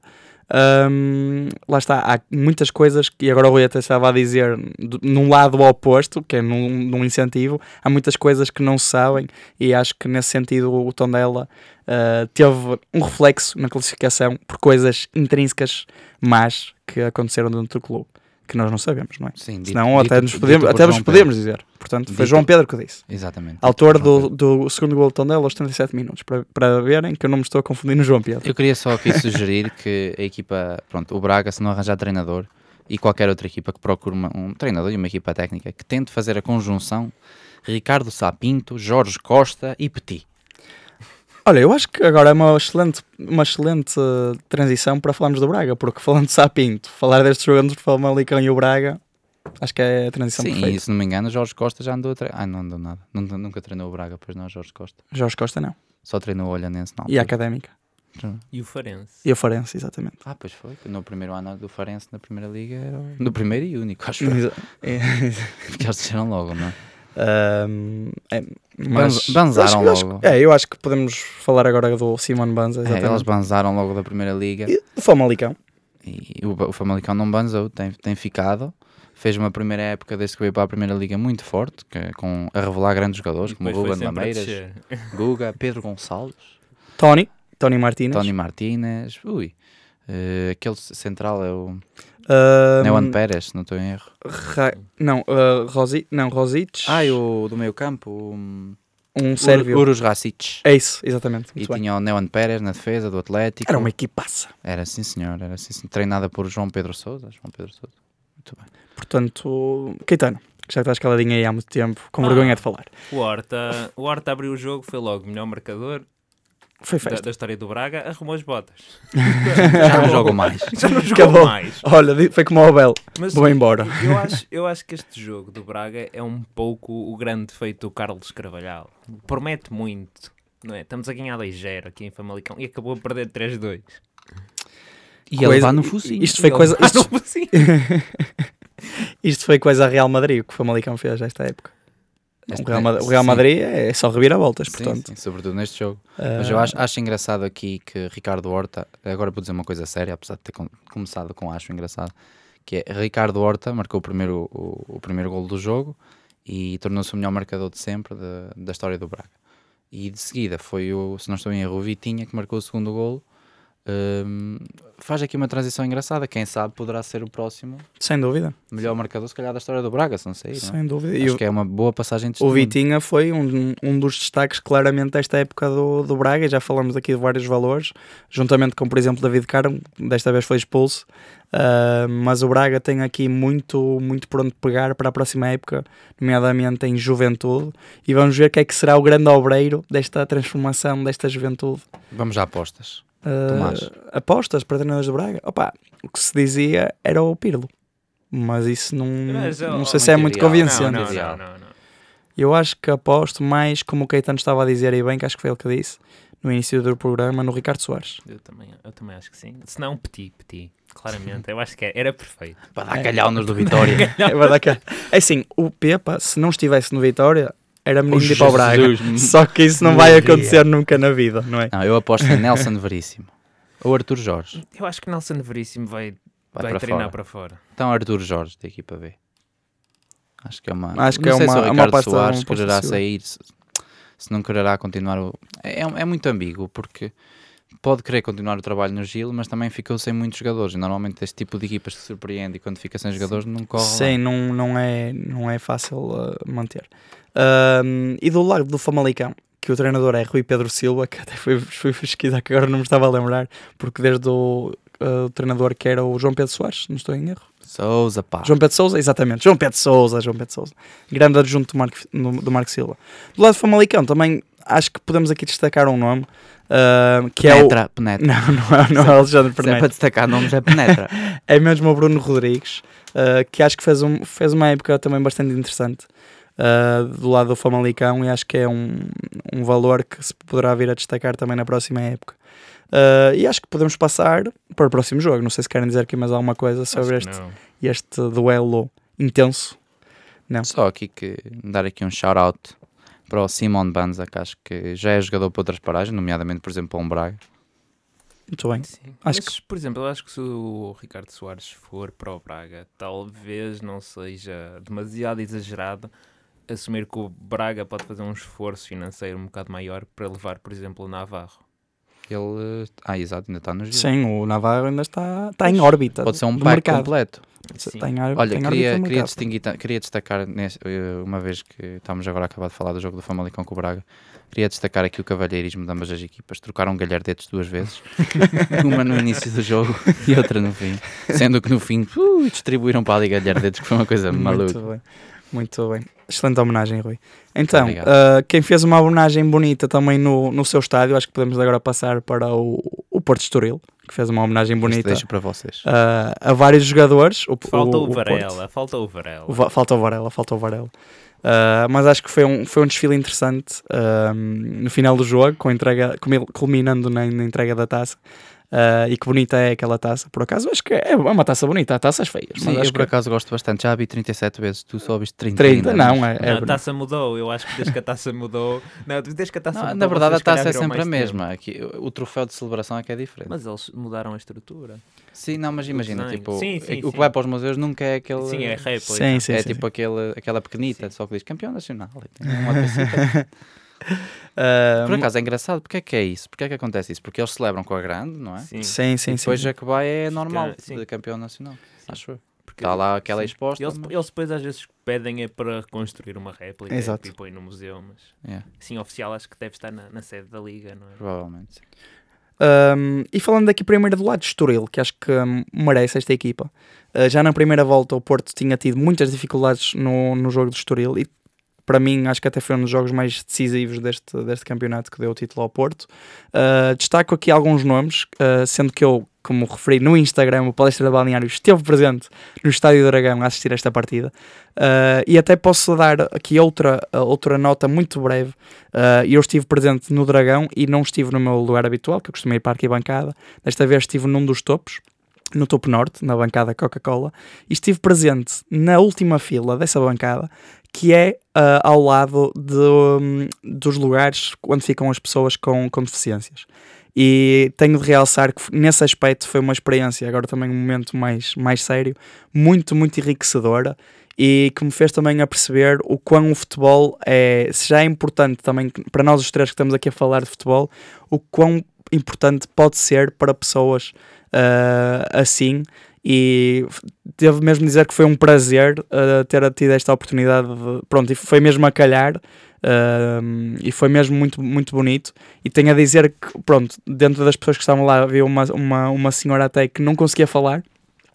Hum, lá está, há muitas coisas que e agora o Rui até estava a dizer do- num lado oposto, que é num, num incentivo, há muitas coisas que não se sabem e acho que nesse sentido o Tondela Uh, teve um reflexo na classificação por coisas intrínsecas más que aconteceram dentro do clube, que nós não sabemos, não é?
Sim, dito-
Senão até
dito-
nos
dito
podemos,
por
até nos
João
podemos dizer. Portanto, foi
Dito-
João Pedro que disse.
Pedro. Exatamente.
Autor
João
do, do segundo gol de Tondela aos 37 minutos, para, para verem que eu não me estou a confundir no João Pedro.
Eu queria só aqui sugerir que a equipa, pronto, o Braga, se não arranjar treinador e qualquer outra equipa que procure uma- um treinador e uma equipa técnica que tente fazer a conjunção Ricardo Sapinto, Jorge Costa e Petit.
Olha, eu acho que agora é uma excelente, uma excelente uh, transição para falarmos do Braga, porque falando de Sapinto, falar destes jogadores de Famalicão e o Braga, acho que é a transição
Sim,
perfeita.
e se não me engano, Jorge Costa já andou a treinar. Ah, não andou nada. Nunca, nunca treinou o Braga, pois não, Jorge Costa.
Jorge Costa não.
Só treinou o Olhanense, não.
E a Académica.
E o Farense.
E o Farense, exatamente.
Ah, pois foi. que No primeiro ano do Farense, na primeira liga, era o- no primeiro e único, acho eu.
Exa- é.
Porque eles disseram logo, não é?
Ahm, é, mas
Ban- banzaram
Eu acho- eu
logo.
acho- é, eu acho que podemos falar agora do Simon Banza,
É, eles
exatamente.
banzaram logo da primeira liga.
E do Famalicão.
E o, Ba- o Famalicão não banzou, tem, tem ficado. Fez uma primeira época desde que veio para a primeira liga muito forte, que, é com, a revelar grandes jogadores como
Depois foi
Ruben
sempre a
Lameiras,
descer.
Guga, Pedro Gonçalves,
Tony, Tony Martínez.
Tony Martínez, ui, eh, aquele c- central é o
Ahm,
Neuan Pérez, se não estou em erro.
Ra- não, ah, Rosi, não, Rosic.
Ah, e o do meio campo, o
um sérvio.
Urus Racic.
É isso, exatamente.
E
muito bem.
tinha o Neuan Pérez na defesa do Atlético.
Era um uma equipaça.
Era, sim senhor, era sim, senhor. treinada por João Pedro Sousa. João Pedro Sousa. Muito bem.
Portanto, Caetano, que já estás caladinho aí há muito tempo,
Ah.
com vergonha de falar.
O Horta, o Horta abriu o jogo, foi logo o melhor marcador
Foi
da,
festa.
da história do Braga, arrumou as botas.
Já não jogo mais.
Já não jogou
Acabou.
mais.
Olha, di- foi como o Abel.
Mas
Vou embora.
Eu acho, eu acho que este jogo do Braga é um pouco o grande feito do Carlos Carvalhal. Promete muito, não é? Estamos a ganhar 2-0 aqui em Famalicão e acabou a perder 3-2.
E
Coisa-
ele lá no focinho.
Isto foi
E
coisa.
ele-
isto-
Ah, não, sim.
Isto foi coisa a Real Madrid, o que o Famalicão fez esta época. O
Este-
Real, Ma- o Real
sim.
Madrid é só reviravoltas,
Sim,
portanto.
sim, sobretudo neste jogo.
Eh,
Mas eu acho, acho engraçado aqui que Ricardo Horta, agora vou dizer uma coisa séria, apesar de ter com- começado com acho engraçado, que é Ricardo Horta marcou o primeiro, o, o primeiro gol do jogo e tornou-se o melhor marcador de sempre de- da história do Braga. E de seguida foi o, se não estou em erro, o Vitinha que marcou o segundo gol. faz aqui uma transição engraçada, quem sabe poderá ser o próximo
Sem dúvida,
melhor marcador, se calhar, da história do Braga, se não sei. Não é?
sem dúvida. E
Acho
o,
que é uma boa passagem de
o
testemunho.
Vitinha foi um, um dos destaques claramente desta época do, do Braga, e já falamos aqui de vários valores, juntamente com, por exemplo, David Caro, desta vez foi expulso, ah, mas o Braga tem aqui muito, muito por onde pegar para a próxima época, nomeadamente em juventude, e vamos ver que é que será o grande obreiro desta transformação desta juventude.
Vamos a apostas.
Ah,
Tomás.
apostas para treinadores do Braga? Opa, o que se dizia era o Pirlo. Mas isso não,
Mas, oh,
não sei se é muito
material.
convincente.
Não, não,
Ideal.
não, não, não.
Eu acho que aposto mais, como o Caetano estava a dizer, e bem que acho que foi ele que disse, no início do programa, no Ricardo Soares.
Eu também, eu também acho que sim. Se não, petit, petit. Claramente, eu acho que é, era, era perfeito.
Para dar calhau nos do Vitória.
É verdade que é. É assim, o Pepa, se não estivesse no Vitória, era menino de ir para o Braga. Só que isso não vai acontecer nunca na vida, não é?
Não, eu aposto em Nelson Veríssimo. Ou Arthur Jorge.
Eu acho que Nelson Veríssimo vai,
Vai,
vai,
para
treinar
fora.
para fora.
Então Arthur Jorge tem aqui para ver. Acho que é uma.
Acho que
não
é
sei se
uma-
o
é uma
Ricardo
pasta-
Soares
uma pasta
quererá
segura.
sair, se, se não quererá continuar o. É, é muito ambíguo, porque pode querer continuar o trabalho no Gil, mas também ficou sem muitos jogadores. E normalmente este tipo de equipas que surpreende e quando fica sem jogadores não corre. lá.
Sim, não, não, é, não é fácil uh, manter. Ahm, e do lado do Famalicão, que o treinador é Rui Pedro Silva, que até fui, fui pesquisar que agora não me estava a lembrar, porque desde o, uh, o treinador que era o João Pedro Soares, não estou em erro.
Sousa, pá.
João Pedro Souza, exatamente. João Pedro Souza, João Pedro Souza. Grande adjunto do Marco, no- do Marco Silva. Do lado do Famalicão, também acho que podemos aqui destacar um nome, ah, que é o...
penetra, penetra.
Não, não é, não é o
Se é
Alexandre
para
Fernandes.
destacar nomes, é penetra.
É mesmo o Bruno Rodrigues, ah, que acho que fez, um, fez uma época também bastante interessante ah, do lado do Famalicão e acho que é um, um valor que se poderá vir a destacar também na próxima época. Ah, e acho que podemos passar para o próximo jogo. Não sei se querem dizer aqui mais alguma coisa sobre
Acho que
este,
não.
este duelo intenso.
Só aqui que dar aqui um shout out para o Simon Banza, que acho que já é jogador para outras paragens, nomeadamente, por exemplo, para um Braga.
Muito bem.
Sim.
Acho
Mas, por exemplo, eu acho que se o Ricardo Soares for para o Braga, talvez não seja demasiado exagerado assumir que o Braga pode fazer um esforço financeiro um bocado maior para levar, por exemplo, o Navarro.
Ele, ah, exato, ainda está nos Gil.
Sim, o Navarro ainda está, está em órbita.
Pode ser um
do
pack
mercado.
completo.
Sim.
Está em ar-
Olha,
tem
queria,
órbita
queria,
no mercado.
distinguir ta- queria destacar, neste- eh, uma vez que estamos agora a acabar de falar do jogo do Famalicão com o Braga, queria destacar aqui o cavalheirismo de ambas as equipas. Trocaram galhardetes duas vezes, uma no início do jogo e outra no fim. Sendo que no fim uh, distribuíram para ali galhardetes, que foi uma coisa
Muito
maluca.
bem. Muito bem. Excelente homenagem, Rui. Então,
obrigado.
ah, quem fez uma homenagem bonita também no, no seu estádio, acho que podemos agora passar para o, o Porto Estoril, que fez uma homenagem
Isto
bonita
deixo para vocês.
ah, a vários jogadores. O,
Falta o,
Porto.
Varela, falta o Varela.
O Va- Falta o Varela, falta o Varela. Ah, mas acho que foi um, foi um desfile interessante ah, no final do jogo, com a entrega, culmi- culminando na, na entrega da taça. Ah, e que bonita é aquela taça, por acaso. Acho que é uma taça bonita, há taças feias. Mas
Sim,
acho
eu por
que
acaso gosto bastante. Já vi 37 vezes, tu só viste 30.
30,
ainda,
não,
mas-
é, é
Não, a
bonito.
taça mudou, eu acho que desde que a taça mudou. Não, desde que a taça
Não,
mudou.
na verdade, a
vocês se calhar
taça é
viram
sempre a
mais tempo.
mesma. Aqui, o troféu de celebração é que é diferente.
Mas eles mudaram a estrutura.
sim, não, mas imagina,
design.
tipo,
Sim, sim,
o que
sim.
vai para os museus nunca é aquele.
Sim, é replay.
Sim, sim,
é
sim,
tipo Aquele, aquela pequenita, só que diz campeão nacional. e tem uma tacita.
Ah,
Por acaso é engraçado, porque é que é isso? Porque é que acontece isso? Porque eles celebram com a grande, não é?
Sim,
Sim, sim,
e depois
sim.
a que vai é normal,
Sim.
de campeão nacional. Acho eu.
porque
Está lá aquela
sim.
exposta.
Eles,
mas-
eles depois às vezes pedem é para reconstruir uma réplica
Exato.
e põem no museu, mas
É,
sim, oficial acho que deve estar na, na sede da liga, não é?
provavelmente. sim.
Um, e falando aqui primeiro do lado de Estoril, que acho que hum, merece esta equipa. Uh, já na primeira volta o Porto tinha tido muitas dificuldades no, no jogo do Estoril e para mim acho que até foi um dos jogos mais decisivos deste, deste campeonato que deu o título ao Porto. Uh, destaco aqui alguns nomes, uh, sendo que eu, como referi no Instagram, o Palestra da Balneário esteve presente no Estádio do Dragão a assistir esta partida. Uh, e até posso dar aqui outra, outra nota muito breve Uh, eu estive presente no Dragão e não estive no meu lugar habitual, que eu costumo ir para a arquibancada. Desta vez estive num dos topos, no topo norte, na bancada Coca-Cola, e estive presente na última fila dessa bancada, que é ah, ao lado de, hum, dos lugares onde ficam as pessoas com, com deficiências. E tenho de realçar que f- nesse aspecto foi uma experiência, agora também um momento mais, mais sério, muito, muito enriquecedora e que me fez também a perceber o quão o futebol é, se já é importante também que- para nós os três que estamos aqui a falar de futebol, o quão importante pode ser para pessoas ah, assim e f- devo mesmo dizer que foi um prazer ah, ter tido esta oportunidade de- pronto, e foi mesmo a calhar ah, e foi mesmo muito, muito bonito e tenho a dizer que pronto dentro das pessoas que estavam lá havia uma, uma, uma senhora até que não conseguia falar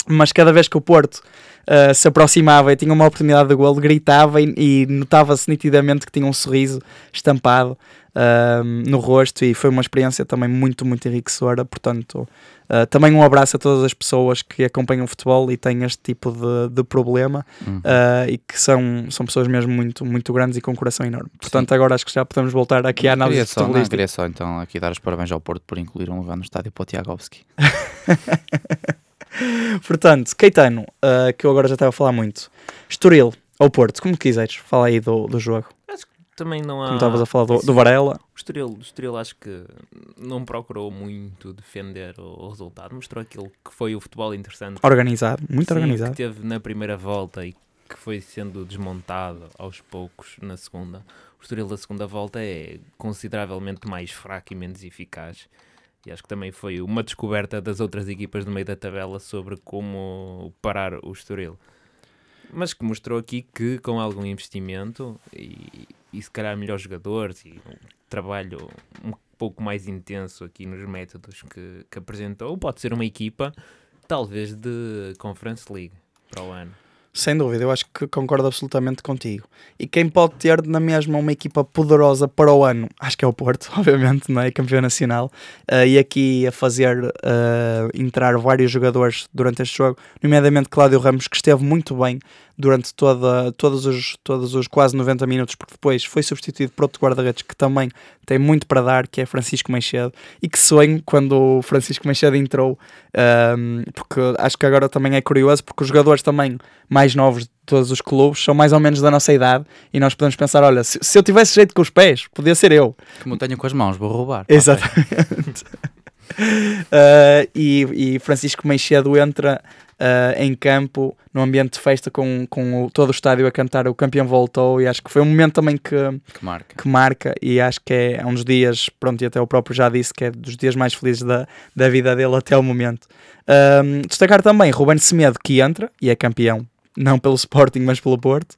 mas cada vez que o Porto ah, se aproximava e tinha uma oportunidade de golo, gritava e, e notava-se nitidamente que tinha um sorriso estampado ah, no rosto e foi uma experiência também muito, muito enriquecedora. Portanto, ah, também um abraço a todas as pessoas que acompanham o futebol e têm este tipo de, de problema
Uhum.
ah, e que são, são pessoas mesmo muito, muito grandes e com um coração enorme. Portanto, agora acho que já podemos voltar aqui à
queria
análise
só, não,
futebolística.
queria só então aqui dar os parabéns ao Porto por incluir um lugar no estádio para o Tiagovski.
Portanto, Caetano, ah, que eu agora já estava a falar muito, Estoril ou Porto, como quiseres, fala aí do, do jogo.
Também não há.
Como estavas a falar do,
esse-
do Varela,
O Estoril, o Estoril acho que não procurou muito defender o, o resultado, mostrou aquilo que foi o futebol interessante
organizado, muito
Sim,
organizado.
que teve na primeira volta e que foi sendo desmontado aos poucos na segunda. O Estoril da segunda volta é consideravelmente mais fraco e menos eficaz. E acho que também foi uma descoberta das outras equipas do meio da tabela sobre como parar o Estoril. Mas que mostrou aqui que com algum investimento e, e se calhar melhores jogadores e um trabalho um pouco mais intenso aqui nos métodos que, que apresentou, pode ser uma equipa Talvez de Conference League para o ano.
Sem dúvida, eu acho que concordo absolutamente contigo. E quem pode ter na mesma uma equipa poderosa para o ano, acho que é o Porto, obviamente, não é? Campeão nacional. Ah, e aqui a fazer ah, entrar vários jogadores durante este jogo, nomeadamente Cláudio Ramos, que esteve muito bem durante toda, todos, os, todos os quase 90 minutos, porque depois foi substituído por outro guarda-redes que também tem muito para dar, que é Francisco Meixedo. E que sonho quando o Francisco Meixedo entrou, ah, porque acho que agora também é curioso, porque os jogadores também mais novos de todos os clubes são mais ou menos da nossa idade e nós podemos pensar, olha, se, se eu tivesse jeito com os pés, podia ser eu.
Como eu tenho com as mãos, vou roubar.
Exatamente. Uh, e, e Francisco Meixedo entra uh, em campo, num ambiente de festa, com, com o- todo o estádio a cantar O Campeão Voltou. E acho que foi um momento também que,
Que marca.
que marca. E acho que é, é um dos dias, pronto, e até o próprio já disse que é dos dias mais felizes da, da vida dele até o momento. Um, destacar também Ruben Semedo, que entra e é campeão. Não pelo Sporting, mas pelo Porto.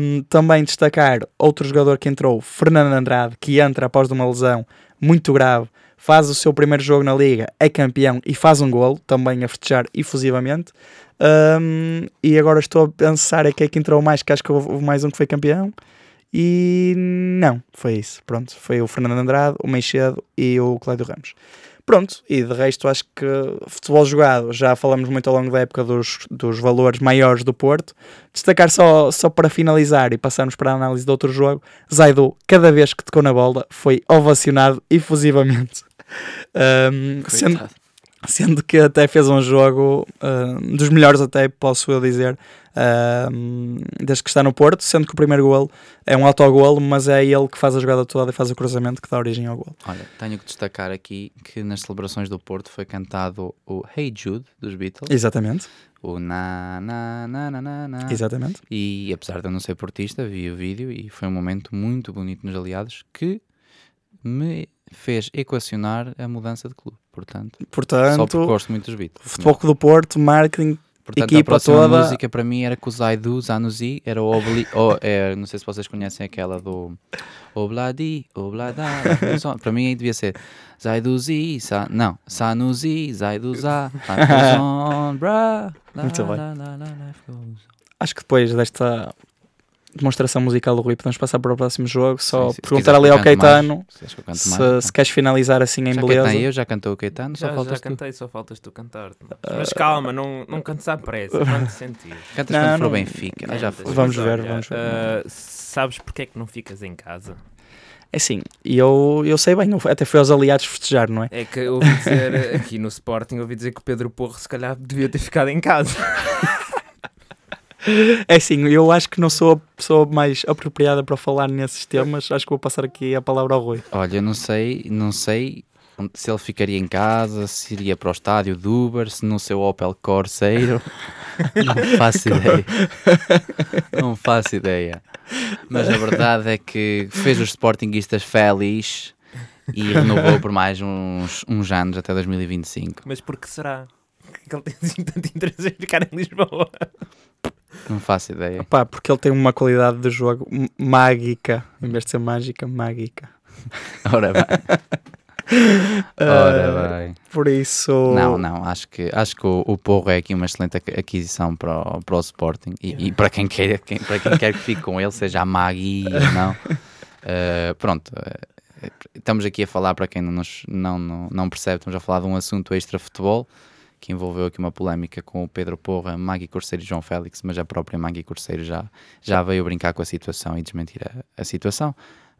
Um, também destacar outro jogador que entrou, Fernando Andrade, que entra após de uma lesão muito grave, faz o seu primeiro jogo na Liga, é campeão e faz um golo, também a festejar efusivamente. Um, e agora estou a pensar é que é que entrou mais, que acho que houve houve mais um que foi campeão. E não, foi isso. Pronto, foi o Fernando Andrade, o Meixedo e o Cláudio Ramos. Pronto, e de resto acho que futebol jogado, já falamos muito ao longo da época dos, dos valores maiores do Porto. Destacar só, só para finalizar e passarmos para a análise de outro jogo, Zaidu, cada vez que tocou na bola, foi ovacionado efusivamente. Um, sendo,
Coitado.
sendo que até fez um jogo ah, dos melhores até posso eu dizer ah, desde que está no Porto sendo que o primeiro golo é um autogolo mas é ele que faz a jogada toda e faz o cruzamento que dá origem ao golo
Olha, tenho que destacar aqui que nas celebrações do Porto foi cantado o Hey Jude dos Beatles,
exatamente,
o na na na na na
Ah.
na.
exatamente
E apesar de eu não ser portista, vi o vídeo e foi um momento muito bonito nos aliados que me fez equacionar a mudança de clube. Portanto, só porque
portanto
gosto muito dos Beatles.
futebol Clube do Porto, marketing
Portanto,
Equipa
a próxima
toda.
música para mim era com o Zaidu, Zanuzi, era o Obli... o- é, não sei se vocês conhecem aquela do Obladi, Oblada. só- Para mim aí devia ser Zaiduzi, Sa... não, Sanuzi, Zaiduzá, Life goes on, brá. Lá,
Muito bem.
lá, lá, lá, life goes on.
acho que depois desta demonstração musical do Rui podemos passar para o próximo jogo
Sim,
só
se- se
perguntar
quiseres que
ali
eu
ao
cante mais,
Caetano
se quiseres que eu cante
se,
mais.
se queres finalizar assim em
já
beleza
cantei eu, já cantou o Caetano, só
já,
faltas
já
tu.
cantei, só faltas tu cantar. Mas calma, não, não cantes à pressa, não sentir.
Cantas
Não,
quando for
não.
Benfica. Ah, já
Cantas,
foi.
Vamos
mas
ver,
olha,
vamos ver.
ah, sabes porque é que não ficas em casa?
é assim, e eu, eu sei bem eu até fui aos aliados festejar, não é?
É que eu ouvi dizer, aqui no Sporting, ouvi dizer que o Pedro Porro se calhar devia ter ficado em casa.
É assim, eu acho que não sou a pessoa mais apropriada para falar nesses temas. Acho que vou passar aqui a palavra ao Rui.
Olha, eu não sei, não sei onde- se ele ficaria em casa, se iria para o estádio de Uber, se no seu Opel Corseiro. Não faço ideia. Não faço ideia. Mas a verdade é que fez os Sportingistas felizes e renovou por mais uns, uns anos até 2025.
Mas por que será que ele tem assim tanto interesse em ficar em Lisboa?
Não faço ideia.
Pá, porque ele tem uma qualidade de jogo m- mágica. Em vez de ser mágica, mágica.
Ora bem. Ora bem.
Ah, Por isso.
Não, não, acho que, acho que o, o Porro é aqui uma excelente aqu- aquisição para o, para o Sporting e, e para, quem quer, quem- para quem quer que fique com ele, seja a Magui ou não. Eh, pronto, eh, estamos aqui a falar para quem não, nos- não, não, não percebe, estamos a falar de um assunto extra-futebol que envolveu aqui uma polémica com o Pedro Porra, Magui Corceiro e João Félix, mas a própria Magui Corceiro já, já veio brincar com a situação e desmentir a, a situação.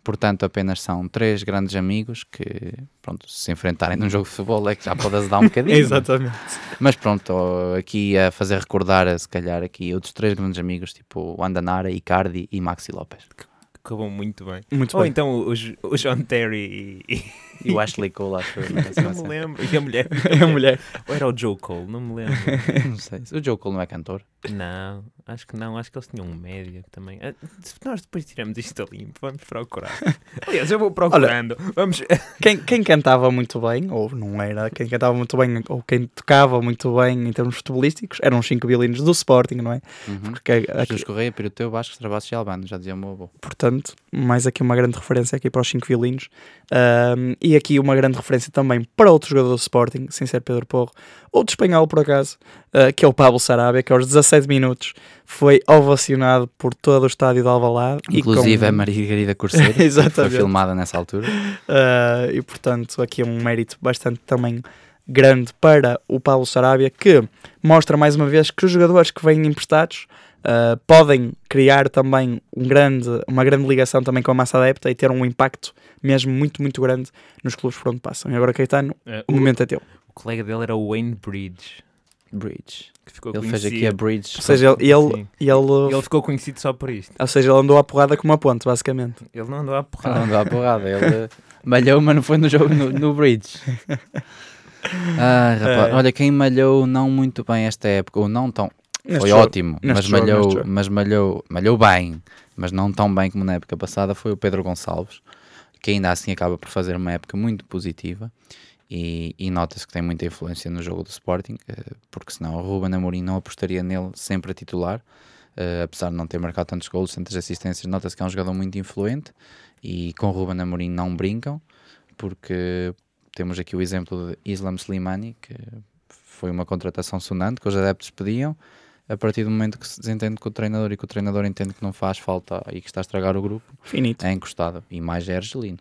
Portanto, apenas são três grandes amigos que, pronto, se enfrentarem num jogo de futebol é que já pode azedar um bocadinho.
Exatamente.
Mas pronto, ó, aqui a fazer recordar, se calhar, aqui outros três grandes amigos, tipo o Andanara, Icardi e Maxi Lopes.
Acabou muito bem.
Muito
Ou
bem.
então o, Jo- o John Terry e, e
E o Ashley Cole, acho eu. não sei se
não
vai
me
ser.
lembro. E a mulher.
É a mulher.
Ou era o Joe Cole, não me lembro.
Não sei. O Joe Cole não é cantor?
Não, acho que não, acho que eles tinham um média que também. Ah, se Nós depois tiramos isto a limpo, vamos procurar. Aliás, eu vou procurando. vamos.
é Quem, quem cantava muito bem, ou não era, quem cantava muito bem, ou quem tocava muito bem em termos futebolísticos, eram os cinco violinos do Sporting, não é?
Uhum.
Porque, aqui-
Jesus Correia, Piroteu, Vasco, Travassos e Albano, já dizia o meu avô.
portanto, mais aqui uma grande referência aqui para os cinco violinos. Ahm, e aqui uma grande referência também para outro jogador do Sporting, sem ser Pedro Porro, outro espanhol por acaso, ah, que é o Pablo Sarabia, que aos 17 minutos foi ovacionado por todo o estádio de Alvalade. e com-
Inclusive a Margarida Corceiro, que foi
Exatamente.
filmada nessa altura.
Uh, e portanto, aqui é um mérito bastante também grande para o Paulo Sarabia, que mostra mais uma vez que os jogadores que vêm emprestados uh, podem criar também um grande, uma grande ligação também com a massa adepta e ter um impacto mesmo muito, muito grande nos clubes por onde passam. E agora, Caetano,
Ah,
o momento é teu.
O colega dele era o Wayne Bridge,
Bridge.
que ficou
Ele fez
conhecido.
aqui a Bridge.
Ou seja, ele, ele,
Sim.
ele,
Ele ficou conhecido só por isto.
ou seja, ele andou à porrada com uma ponte, basicamente.
Ele não andou à porrada.
Não dá porrada, ele malhou, mas não foi no jogo, no, no bridge. Ah, rapaz,
É.
olha, quem malhou não muito bem esta época, ou não tão,
Neste
foi
jogo.
ótimo,
Neste
mas,
jogo,
malhou,
neste jogo.
mas malhou, malhou bem, mas não tão bem como na época passada, foi o Pedro Gonçalves, que ainda assim acaba por fazer uma época muito positiva e, e nota-se que tem muita influência no jogo do Sporting, eh, porque senão o Ruben Amorim não apostaria nele sempre a titular, eh, apesar de não ter marcado tantos golos, tantas assistências, nota-se que é um jogador muito influente e com o Ruben Amorim não brincam, porque temos aqui o exemplo de Islam Slimani, que foi uma contratação sonante que os adeptos pediam, a partir do momento que se desentende com o treinador e que o treinador entende que não faz falta e que está a estragar o grupo,
Finito.
é encostado. E mais é argelino.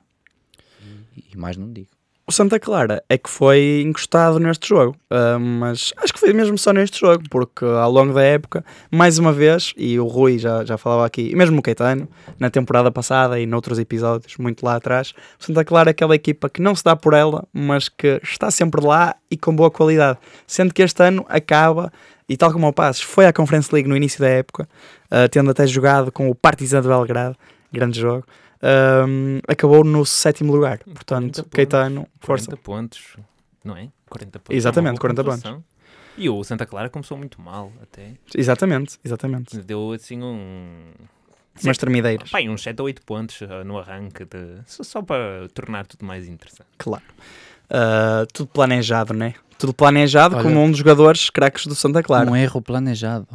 E mais não digo.
O Santa Clara é que foi encostado neste jogo, ah, mas acho que foi mesmo só neste jogo, porque ao longo da época, mais uma vez, e o Rui já, já falava aqui, e mesmo o Caetano, na temporada passada e noutros episódios muito lá atrás, o Santa Clara é aquela equipa que não se dá por ela, mas que está sempre lá e com boa qualidade, sendo que este ano acaba, e tal como o Passos foi à Conference League no início da época, ah, tendo até jogado com o Partizan de Belgrado, grande jogo, ah, acabou no sétimo lugar,
40
portanto,
pontos.
Caetano, Ah, força.
40 pontos, não é? 40 pontos.
Exatamente,
é uma boa
40 pontos.
pontuação. E o Santa Clara começou muito mal, até.
Exatamente, exatamente.
Deu assim um.
Mas termideiras,
Pai, uns 7 ou 8 pontos ah, no arranque, de... só, só para tornar tudo mais interessante.
claro. Ah, tudo planejado, né? Tudo planejado
Olha-
como um dos jogadores craques do Santa Clara.
Um erro planejado.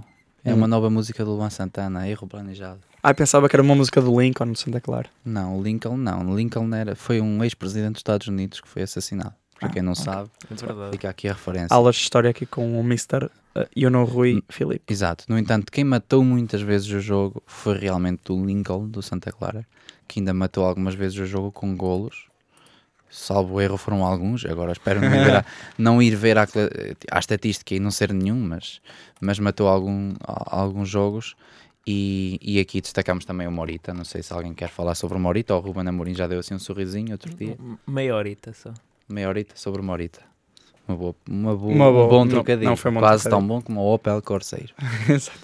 É
Hum.
uma nova música do Luan Santana, erro planejado.
Ah, pensava que era uma música do Lincoln do Santa Clara.
Não, o Lincoln não. O Lincoln era, foi um ex-presidente dos Estados Unidos que foi assassinado. Para quem não sabe,
É verdade.
fica aqui a referência.
Aulas de história aqui com o Mr. ah, Yono Rui Filipe.
Exato. No entanto, quem matou muitas vezes o jogo foi realmente o Lincoln do Santa Clara, que ainda matou algumas vezes o jogo com golos. Salvo erro foram alguns, agora espero não ir ver a, não ir ver a, cla- à estatística e não ser nenhum, mas, mas matou algum- a- alguns jogos. E, e aqui destacamos também o Morita. Não sei se alguém quer falar sobre o Morita ou o Ruben Amorim já deu assim um sorrisinho outro dia.
Meia horita só.
Meia horita sobre o Morita. Uma boa, uma boa,
Uma
um
boa,
bom
não-
trocadinho.
não foi um bom
Quase
trocadinho.
tão bom como o Opel Corseiro.
Exato.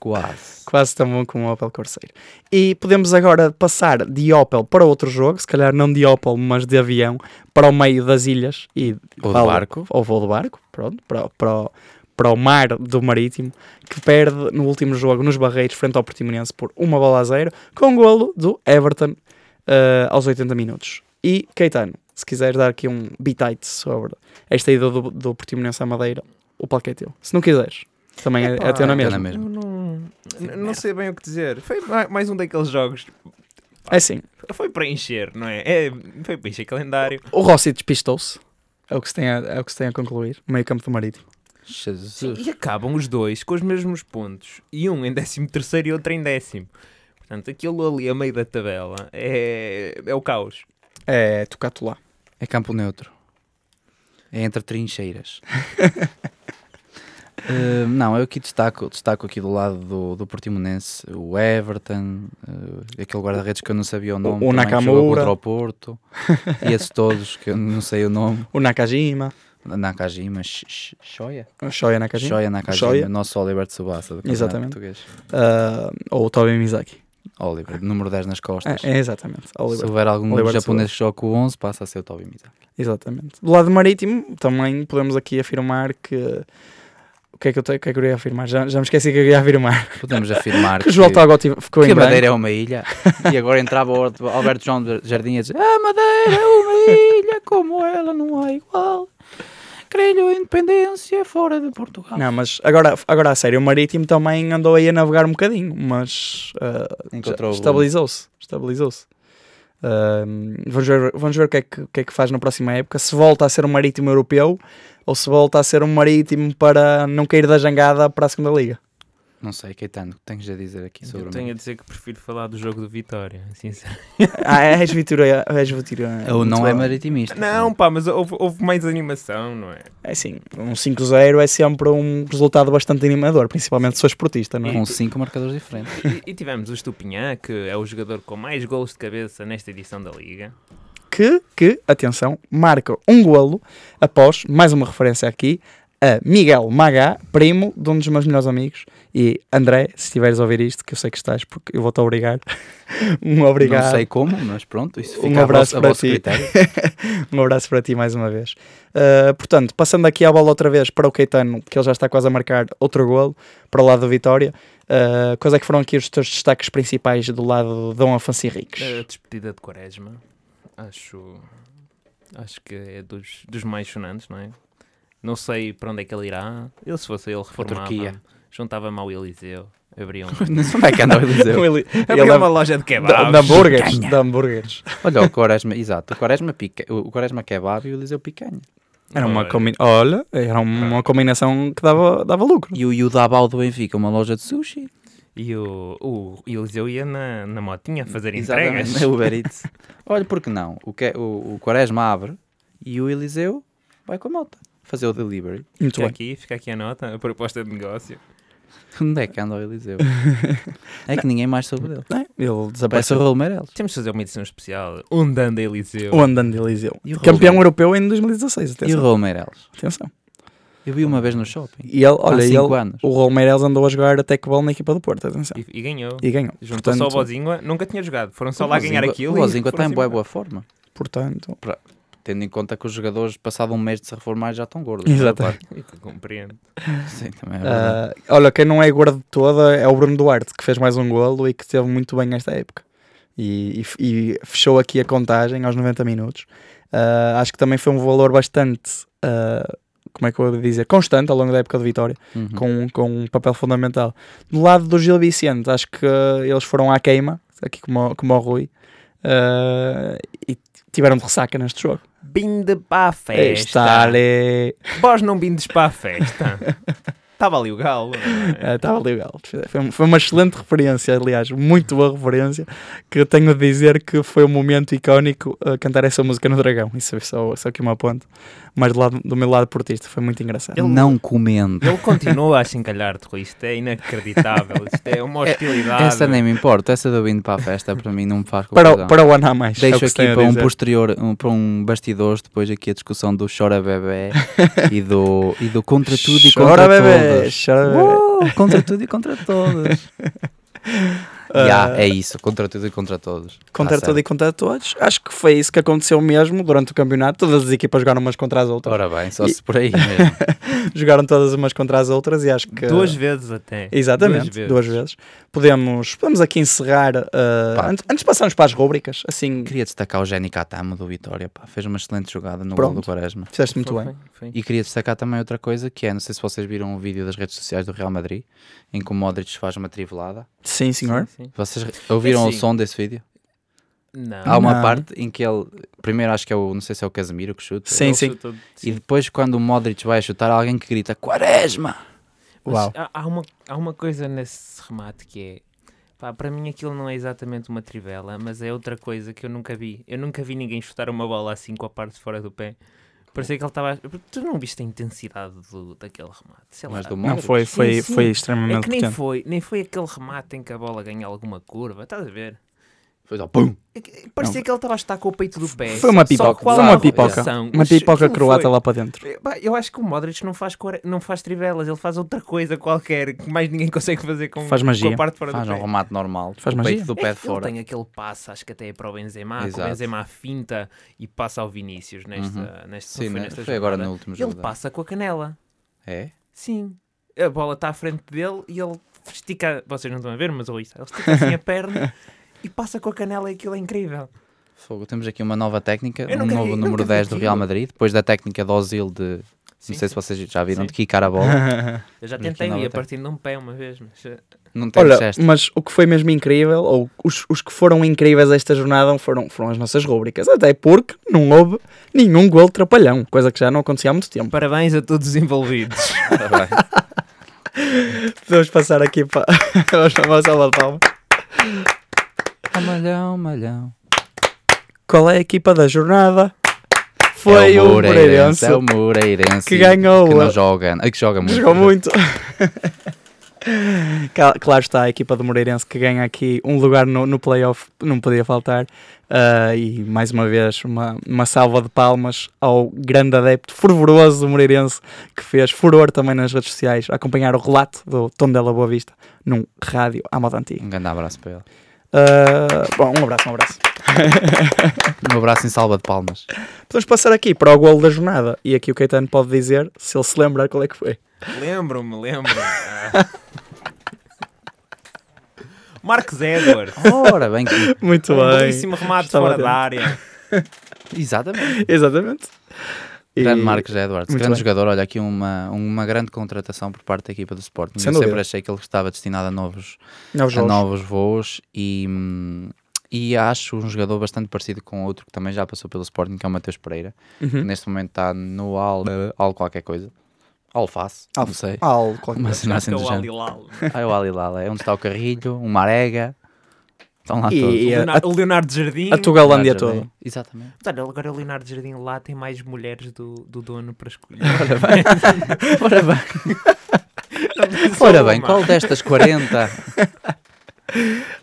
Quase.
Quase tão bom como o Opel Corsair. E podemos agora passar de Opel para outro jogo, se calhar não de Opel, mas de avião, para o meio das ilhas. E
Ou de
fala-
barco.
Ou voo de barco, pronto, para, o- para, o- para o mar do Marítimo, que perde no último jogo nos Barreiros, frente ao Portimonense, por uma bola a zero, com um golo do Everton eh, aos 80 minutos. E, Caetano, se quiseres dar aqui um bitite sobre esta ida do, do Portimonense à Madeira, o palco é teu. Se não quiseres, também é, é teu na
é teu na
mesma.
mesma. Mesmo.
Eu não, eu não sei bem o que dizer. Foi ma- mais um daqueles jogos.
É sim.
Foi para encher, não é? É, foi para encher calendário.
O Rossi despistou-se. É o que se tem a, é o que se tem a concluir. Meio campo do Marítimo.
Jesus.
E acabam os dois com os mesmos pontos. E um em 13 terceiro e outro em décimo. Portanto, aquilo ali a meio da tabela é, é o caos.
É tocato lá.
É campo neutro. É entre trincheiras. Eh, não, eu aqui destaco, destaco aqui do lado do, do Portimonense o Everton, eh, aquele guarda-redes que eu não sabia o nome, também que jogou
Nakamura.
contra o Porto, e esses todos que eu não sei o nome,
O Nakajima.
Nakajima, Sh- Sh- Shoya?
O Shoya Nakajima.
Shoya Nakajima,
Shoya.
nosso Oliver Tsubasa do campeonato
Exatamente.
português.
Ah, ou o Tobi Mizaki.
Oliver, número 10 nas costas.
É, é exatamente.
Se
Oliver.
houver algum
Oliver
japonês que jogue com o 11, passa a ser o Toby Mizaki.
Exatamente. Do lado marítimo, também podemos aqui afirmar que. O que é que eu, tenho, o que é que eu ia afirmar? Já, já me esqueci o que eu ia afirmar.
Podemos afirmar
Que tá o João Togó tive- ficou
Que
em branco.
Madeira é uma ilha. E agora entrava o Alberto- Alberto João de Jardim a dizer: A Madeira é uma ilha, como ela não há igual. Creio a independência fora de Portugal.
Não, mas agora, agora a sério, o marítimo também andou aí a navegar um bocadinho, mas ah,
Encontrou
Já-
o-
Estabilizou-se. Estabilizou-se. Ahm, vamos, ver, vamos ver o que é que, o que é que faz na próxima época. Se volta a ser um marítimo europeu ou se volta a ser um marítimo para não cair da jangada para a segunda liga.
Não sei, Caetano, o que tens a dizer aqui sobre
eu
o
tenho a
Madeira?
dizer que prefiro falar do jogo do Vitória, sincero.
Ah, és Vitória. És Vitória
Ou não
muito
é
bem.
maritimista.
Não, pá, mas houve, houve mais animação, não é?
É sim, um 5-0 é sempre um resultado bastante animador, principalmente se for esportista, não é?
Com cinco marcadores diferentes.
E, e tivemos o Estupinhã, que é o jogador com mais golos de cabeça nesta edição da Liga.
que, que, atenção, marca um golo após, mais uma referência aqui, a Miguel Magá, primo de um dos meus melhores amigos. E André, se estiveres a ouvir isto, que eu sei que estás, porque eu vou-te obrigar. um obrigado.
Não sei como, mas pronto, isso
Um
fica a
abraço
vosso, a
para
vosso
ti.
critério.
Um abraço para ti mais uma vez. Uh, portanto, passando aqui a bola outra vez para o Caetano, que ele já está quase a marcar outro golo para o lado do Vitória. Uh, quais é que foram aqui os teus destaques principais do lado de Dom Afonso Henriques?
Ah,
A despedida de Quaresma, acho, acho que é dos, dos mais sonantes, não é? Não sei para onde é que ele irá. Eu, se fosse ele, reformava
Turquia.
juntava-me ao Eliseu, abria, um,
Não sei onde é que anda o Eliseu.
Ele-
abria
ele-
uma loja de
de-
kebabs.
de hambúrgueres. De hambúrgueres.
Olha, o Quaresma, exato, o Quaresma, pica, o Quaresma kebab e o Eliseu picanha.
Era uma,
Olha,
combi- Olha, era uma combinação que dava, dava lucro.
E o Yudabal do Benfica, uma loja de sushi.
E o, o Eliseu ia na, na motinha fazer
Exatamente,
entregas.
é Uber Eats. Olha, porque não? O, que, é, o, o Quaresma abre e o Eliseu vai com a moto fazer o delivery.
Muito
Fica
bem.
aqui, fica aqui a nota, a proposta de negócio.
Onde é que anda o Eliseu? É que ninguém mais soube dele.
É, Ele
Parece o
desapareceu.
Raul Meireles.
Temos de fazer uma edição especial. Onde anda Eliseu?
O andando de Eliseu.
E o
Campeão
Raul-
europeu em 2016.
E o
Atenção.
Raul Meireles.
atenção.
Eu vi uma vez no shopping.
E ele, olha,
há
ele,
5 anos.
o Romeireles andou a jogar até que bola na equipa do Porto. Atenção.
E, e ganhou.
E ganhou.
Juntou-se ao
Portanto,
Bozingua, nunca tinha jogado. Foram só lá ganhar
Bozingua-
aquilo.
O
e
Bozingua está
foram-se
em boa,
embora.
boa forma.
portanto,
Tendo em conta que os jogadores, passado um mês de se reformar, já estão gordos. é?
Exatamente.
Eu Compreendo.
Sim, também é verdade.
ah, olha, quem não é gordo de toda é o Bruno Duarte, que fez mais um golo e que esteve muito bem nesta época. E, e- e fechou aqui a contagem aos 90 minutos. Ah, acho que também foi um valor bastante, ah, como é que eu vou dizer, constante ao longo da época de Vitória.
Uhum.
com, com um papel fundamental. Do lado do Gil Vicente, acho que uh, eles foram à queima, aqui como, o- como o Rui, uh, e tiveram de ressaca neste jogo.
Binde para a festa.
Estar é.
Vós não bindes para a festa. Estava ali o galo. não é?
Estava legal. Foi, um- foi uma excelente referência, aliás, muito boa referência, que eu tenho de dizer que foi um momento icónico uh, cantar essa música no Dragão. Isso é só, só aqui uma ponte. Mas do, lado, do meu lado portista foi muito engraçado.
ele-
Não comendo.
Ele continua a se encalhar de Isto é inacreditável. Isto é uma hostilidade.
Essa nem me importa. Essa do Vindo para a festa, para mim, não me faz
Para, o-
confusão.
para o ano a mais. é o
Deixo
que se tem
aqui
a
para um
dizer.
posterior, um- para um bastidores, depois aqui a discussão do chora bebê e do, e do contra tudo e
Chora
contra
bebé.
todos.
Chora
Uh, contra tudo e contra todos. Yeah, é isso, contra tudo e contra todos.
Ah. Contra
Tá
tudo e contra todos. Acho que foi isso que aconteceu mesmo durante o campeonato. Todas as equipas jogaram umas contra as
certo.
outras.
Ora bem, só se por aí mesmo.
Jogaram todas umas contra as outras e acho que.
Duas vezes até.
Exatamente, duas vezes. Podemos, podemos aqui encerrar. uh,
Pá.
antes, antes de passarmos para as rubricas, assim,
Queria destacar o Jenny Katamo do Vitória, pá, fez uma excelente jogada no gol
Pronto.
do Quaresma.
fizeste muito
Foi,
bem.
foi, foi.
E queria destacar também outra coisa que é, não sei se vocês viram o vídeo das redes sociais do Real Madrid, em que o Modric faz uma trivelada.
Sim, senhor.
Sim, sim.
Vocês ouviram
É
o
assim.
som desse vídeo?
Não.
Há uma
Não.
parte em que ele, primeiro acho que é o, não sei se é o Casemiro que chuta,
Sim,
Ele
sim.
chutou-
e depois quando o Modric vai chutar, há alguém que grita Quaresma!
Mas
Uau.
Há, há uma, há uma coisa nesse remate que é. Pá, para mim aquilo não é exatamente uma trivela, mas é outra coisa que eu nunca vi. Eu nunca vi ninguém chutar uma bola assim com a parte de fora do pé. Parecia que ele estava. Tu não viste a intensidade do, daquele remate? Sei lá.
Mas do
Não
Modric.
foi, foi,
Sim, sim.
foi
É
extremamente
que nem
potente.
foi, nem foi aquele remate em que a bola ganha alguma curva, estás a ver?
Foi só pum!
É que- Parecia que ele estava a chutar com o peito do pé.
Foi uma
é só
pipoca,
com a
foi uma
alta
pipoca.
rotação.
Uma
Mas
pipoca
aquilo
croata
foi-
lá para dentro.
Eh, pá, Eu acho que o Modric não faz, quare- não faz trivelas, ele faz outra coisa qualquer que mais ninguém consegue fazer com,
Faz
com
magia.
a parte de fora
Faz
do
um
pé.
remate normal,
Faz
o
magia.
peito do pé
É
de
que ele
fora.
tem aquele passe, acho que até é para o Benzema, que o
Exato.
Benzema finta e passa ao Vinícius nesta, nesta,
Sim,
não foi
né?
nesta
foi agora
jogada.
no último
Ele
jogo. da-
passa com a canela,
É?
sim. A bola está à frente dele e ele estica, vocês não estão a ver, mas ou isso, ele estica assim a perna e passa com a canela e aquilo é incrível.
Fogo. Temos aqui uma nova técnica,
Eu
um
nunca vi-
novo
nunca
número
vi
10 do Real
aquilo.
Madrid, depois da técnica do Ozil de,
Sim,
não sei
sim.
se vocês já viram,
Sim.
de quicar a bola.
Eu
Temos
já
aqui
tentei
nova
ir a
técnica.
partir de um pé uma vez, mas eh,
Não tem
Olha,
gesto.
mas o que foi mesmo incrível, ou os, os que foram incríveis esta jornada foram, foram as nossas rúbricas, até porque não houve nenhum gol de trapalhão, coisa que já não acontecia há muito tempo.
parabéns a todos os envolvidos.
Ora Tá bem.
Podemos passar aqui para vamos para uma salva de palmas.
Ah, malhão, malhão.
Qual é a equipa da jornada? Foi
é
o
Moreirense.
Moreirense,
É o Moreirense.
que ganhou,
Que não
a-
joga. ah, Que joga muito.
jogou muito. Ca- claro está, a equipa do Moreirense que ganha aqui um lugar no, no playoff, não podia faltar. Ah, e mais uma vez, uma, uma salva de palmas ao grande adepto fervoroso do Moreirense que fez furor também nas redes sociais a acompanhar o relato do Tondela Boa Vista num rádio à moda antiga.
Um grande abraço para ele.
Ah, bom, um abraço, um abraço.
Um abraço em salva de palmas.
Podemos passar aqui para o golo da jornada. E aqui o Caetano pode dizer, se ele se lembrar, qual é que foi.
lembro-me, lembro-me. Ah. Marcos Edwards.
Ora bem. que-
Muito
Um
bem.
belíssimo remate
Estava
fora
atento.
da área.
Exatamente.
Exatamente. E-
Grande Marcos Edwards.
Muito
grande
bem.
jogador. Olha, aqui uma, uma grande contratação por parte da equipa do Sporting.
Sem
Eu
dúvida.
sempre achei que ele estava destinado a novos,
Novos
a
jogos.
novos voos e, hum, e acho um jogador bastante parecido com outro que também já passou pelo Sporting, que é o Mateus Pereira.
Uhum.
Que neste momento está no Al, Al qualquer coisa. Alface. Não
Alfa-
sei.
Al, qualquer
Mas não é assim
Marca
do
o
género.
Alilal.
Ai, o Alilal, é onde está o Carrilho, o Marega. Estão lá todos.
E
O
a,
Leonardo, o Leonardo Jardim.
a Tugalândia
Lá
toda.
também. Exatamente.
Olha, agora o Leonardo Jardim lá tem mais mulheres do, do dono para escolher.
Ora bem,
Não tem só
ora bem
uma.
qual destas 40? né?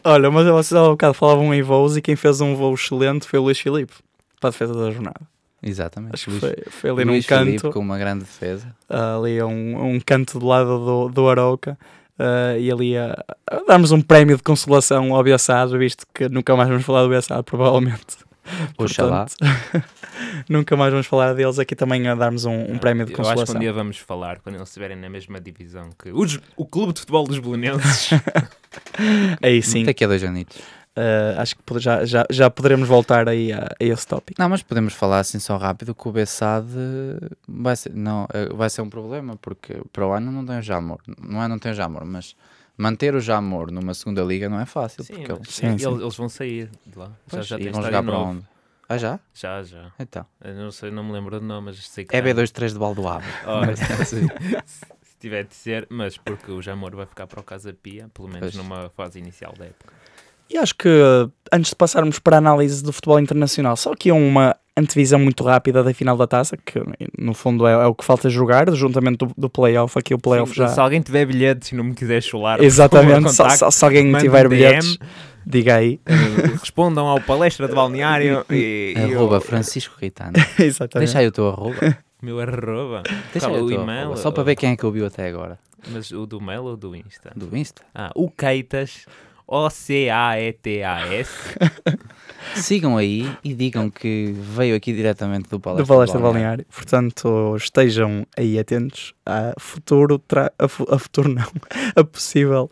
Olha, mas vocês há bocado falavam em voos e quem fez um voo excelente foi o Luís Filipe. Para a defesa da jornada.
Exatamente.
Acho que
Luís-
foi, foi ali num
Luís Filipe
canto,
com uma grande defesa.
ali a um, um canto do lado do, do Arauca. ah, e ali a, a darmos um prémio de consolação ao Bessado, visto que nunca mais vamos falar do Bessado, provavelmente.
Oxalá.
Portanto, nunca mais vamos falar deles. Aqui também a darmos um, um prémio de
Eu acho que um
consolação.
dia vamos falar quando eles estiverem na mesma divisão que os- o Clube de Futebol dos Belenenses.
Aí sim,
Daqui a é dois anitos.
ah, acho que pode- já, já, já poderemos voltar aí a, a esse tópico.
Não, mas podemos falar assim só rápido que o Bessade vai ser, não, eh, vai ser um problema, porque para o ano não tem o Jamor. Não é não tem o Jamor, mas manter o Jamor numa segunda liga não é fácil.
Sim,
porque
mas
ele,
sim,
eles,
sim.
eles vão sair de lá.
pois,
já já
e
tem
vão
estádio
jogar para
novo.
onde? Ah, já?
Já, já.
Então.
Eu não sei, não me lembro do nome, mas sei que
É
tem.
B23 de Baldoabo.
Ora,
Sim.
se tiver de ser, mas porque o Jamor vai ficar para o Casa Pia, pelo menos
Pois.
numa fase inicial da época.
E acho que eh, antes de passarmos para a análise do futebol internacional, só aqui uma antevisão muito rápida da final da taça, que no fundo é, é o que falta jogar, juntamente do, do playoff. Aqui o playoff
Sim,
já.
Se alguém tiver bilhetes e não me quiser chular, por
Exatamente,
favor,
só,
contacte,
só- se alguém
mande
tiver
um DM,
bilhetes, diga aí.
eh, respondam ao palestra de balneário e, e
Arroba
eu-
Francisco Caetano. Tá
Exatamente.
Deixa aí o teu arroba.
meu arroba.
Deixa
Qual
aí
é
o
o
teu
e-mail?
arroba. Só para ver quem é que ouviu até agora.
Mas o do Melo ou do Insta?
do Insta.
Ah, o Keitas, O-C-A-E-T-A-S.
Sigam aí e digam que veio aqui diretamente do Palestra,
do Palestra Balneário. Portanto, estejam aí atentos a futuro, tra- a, fu- a futuro não, a possível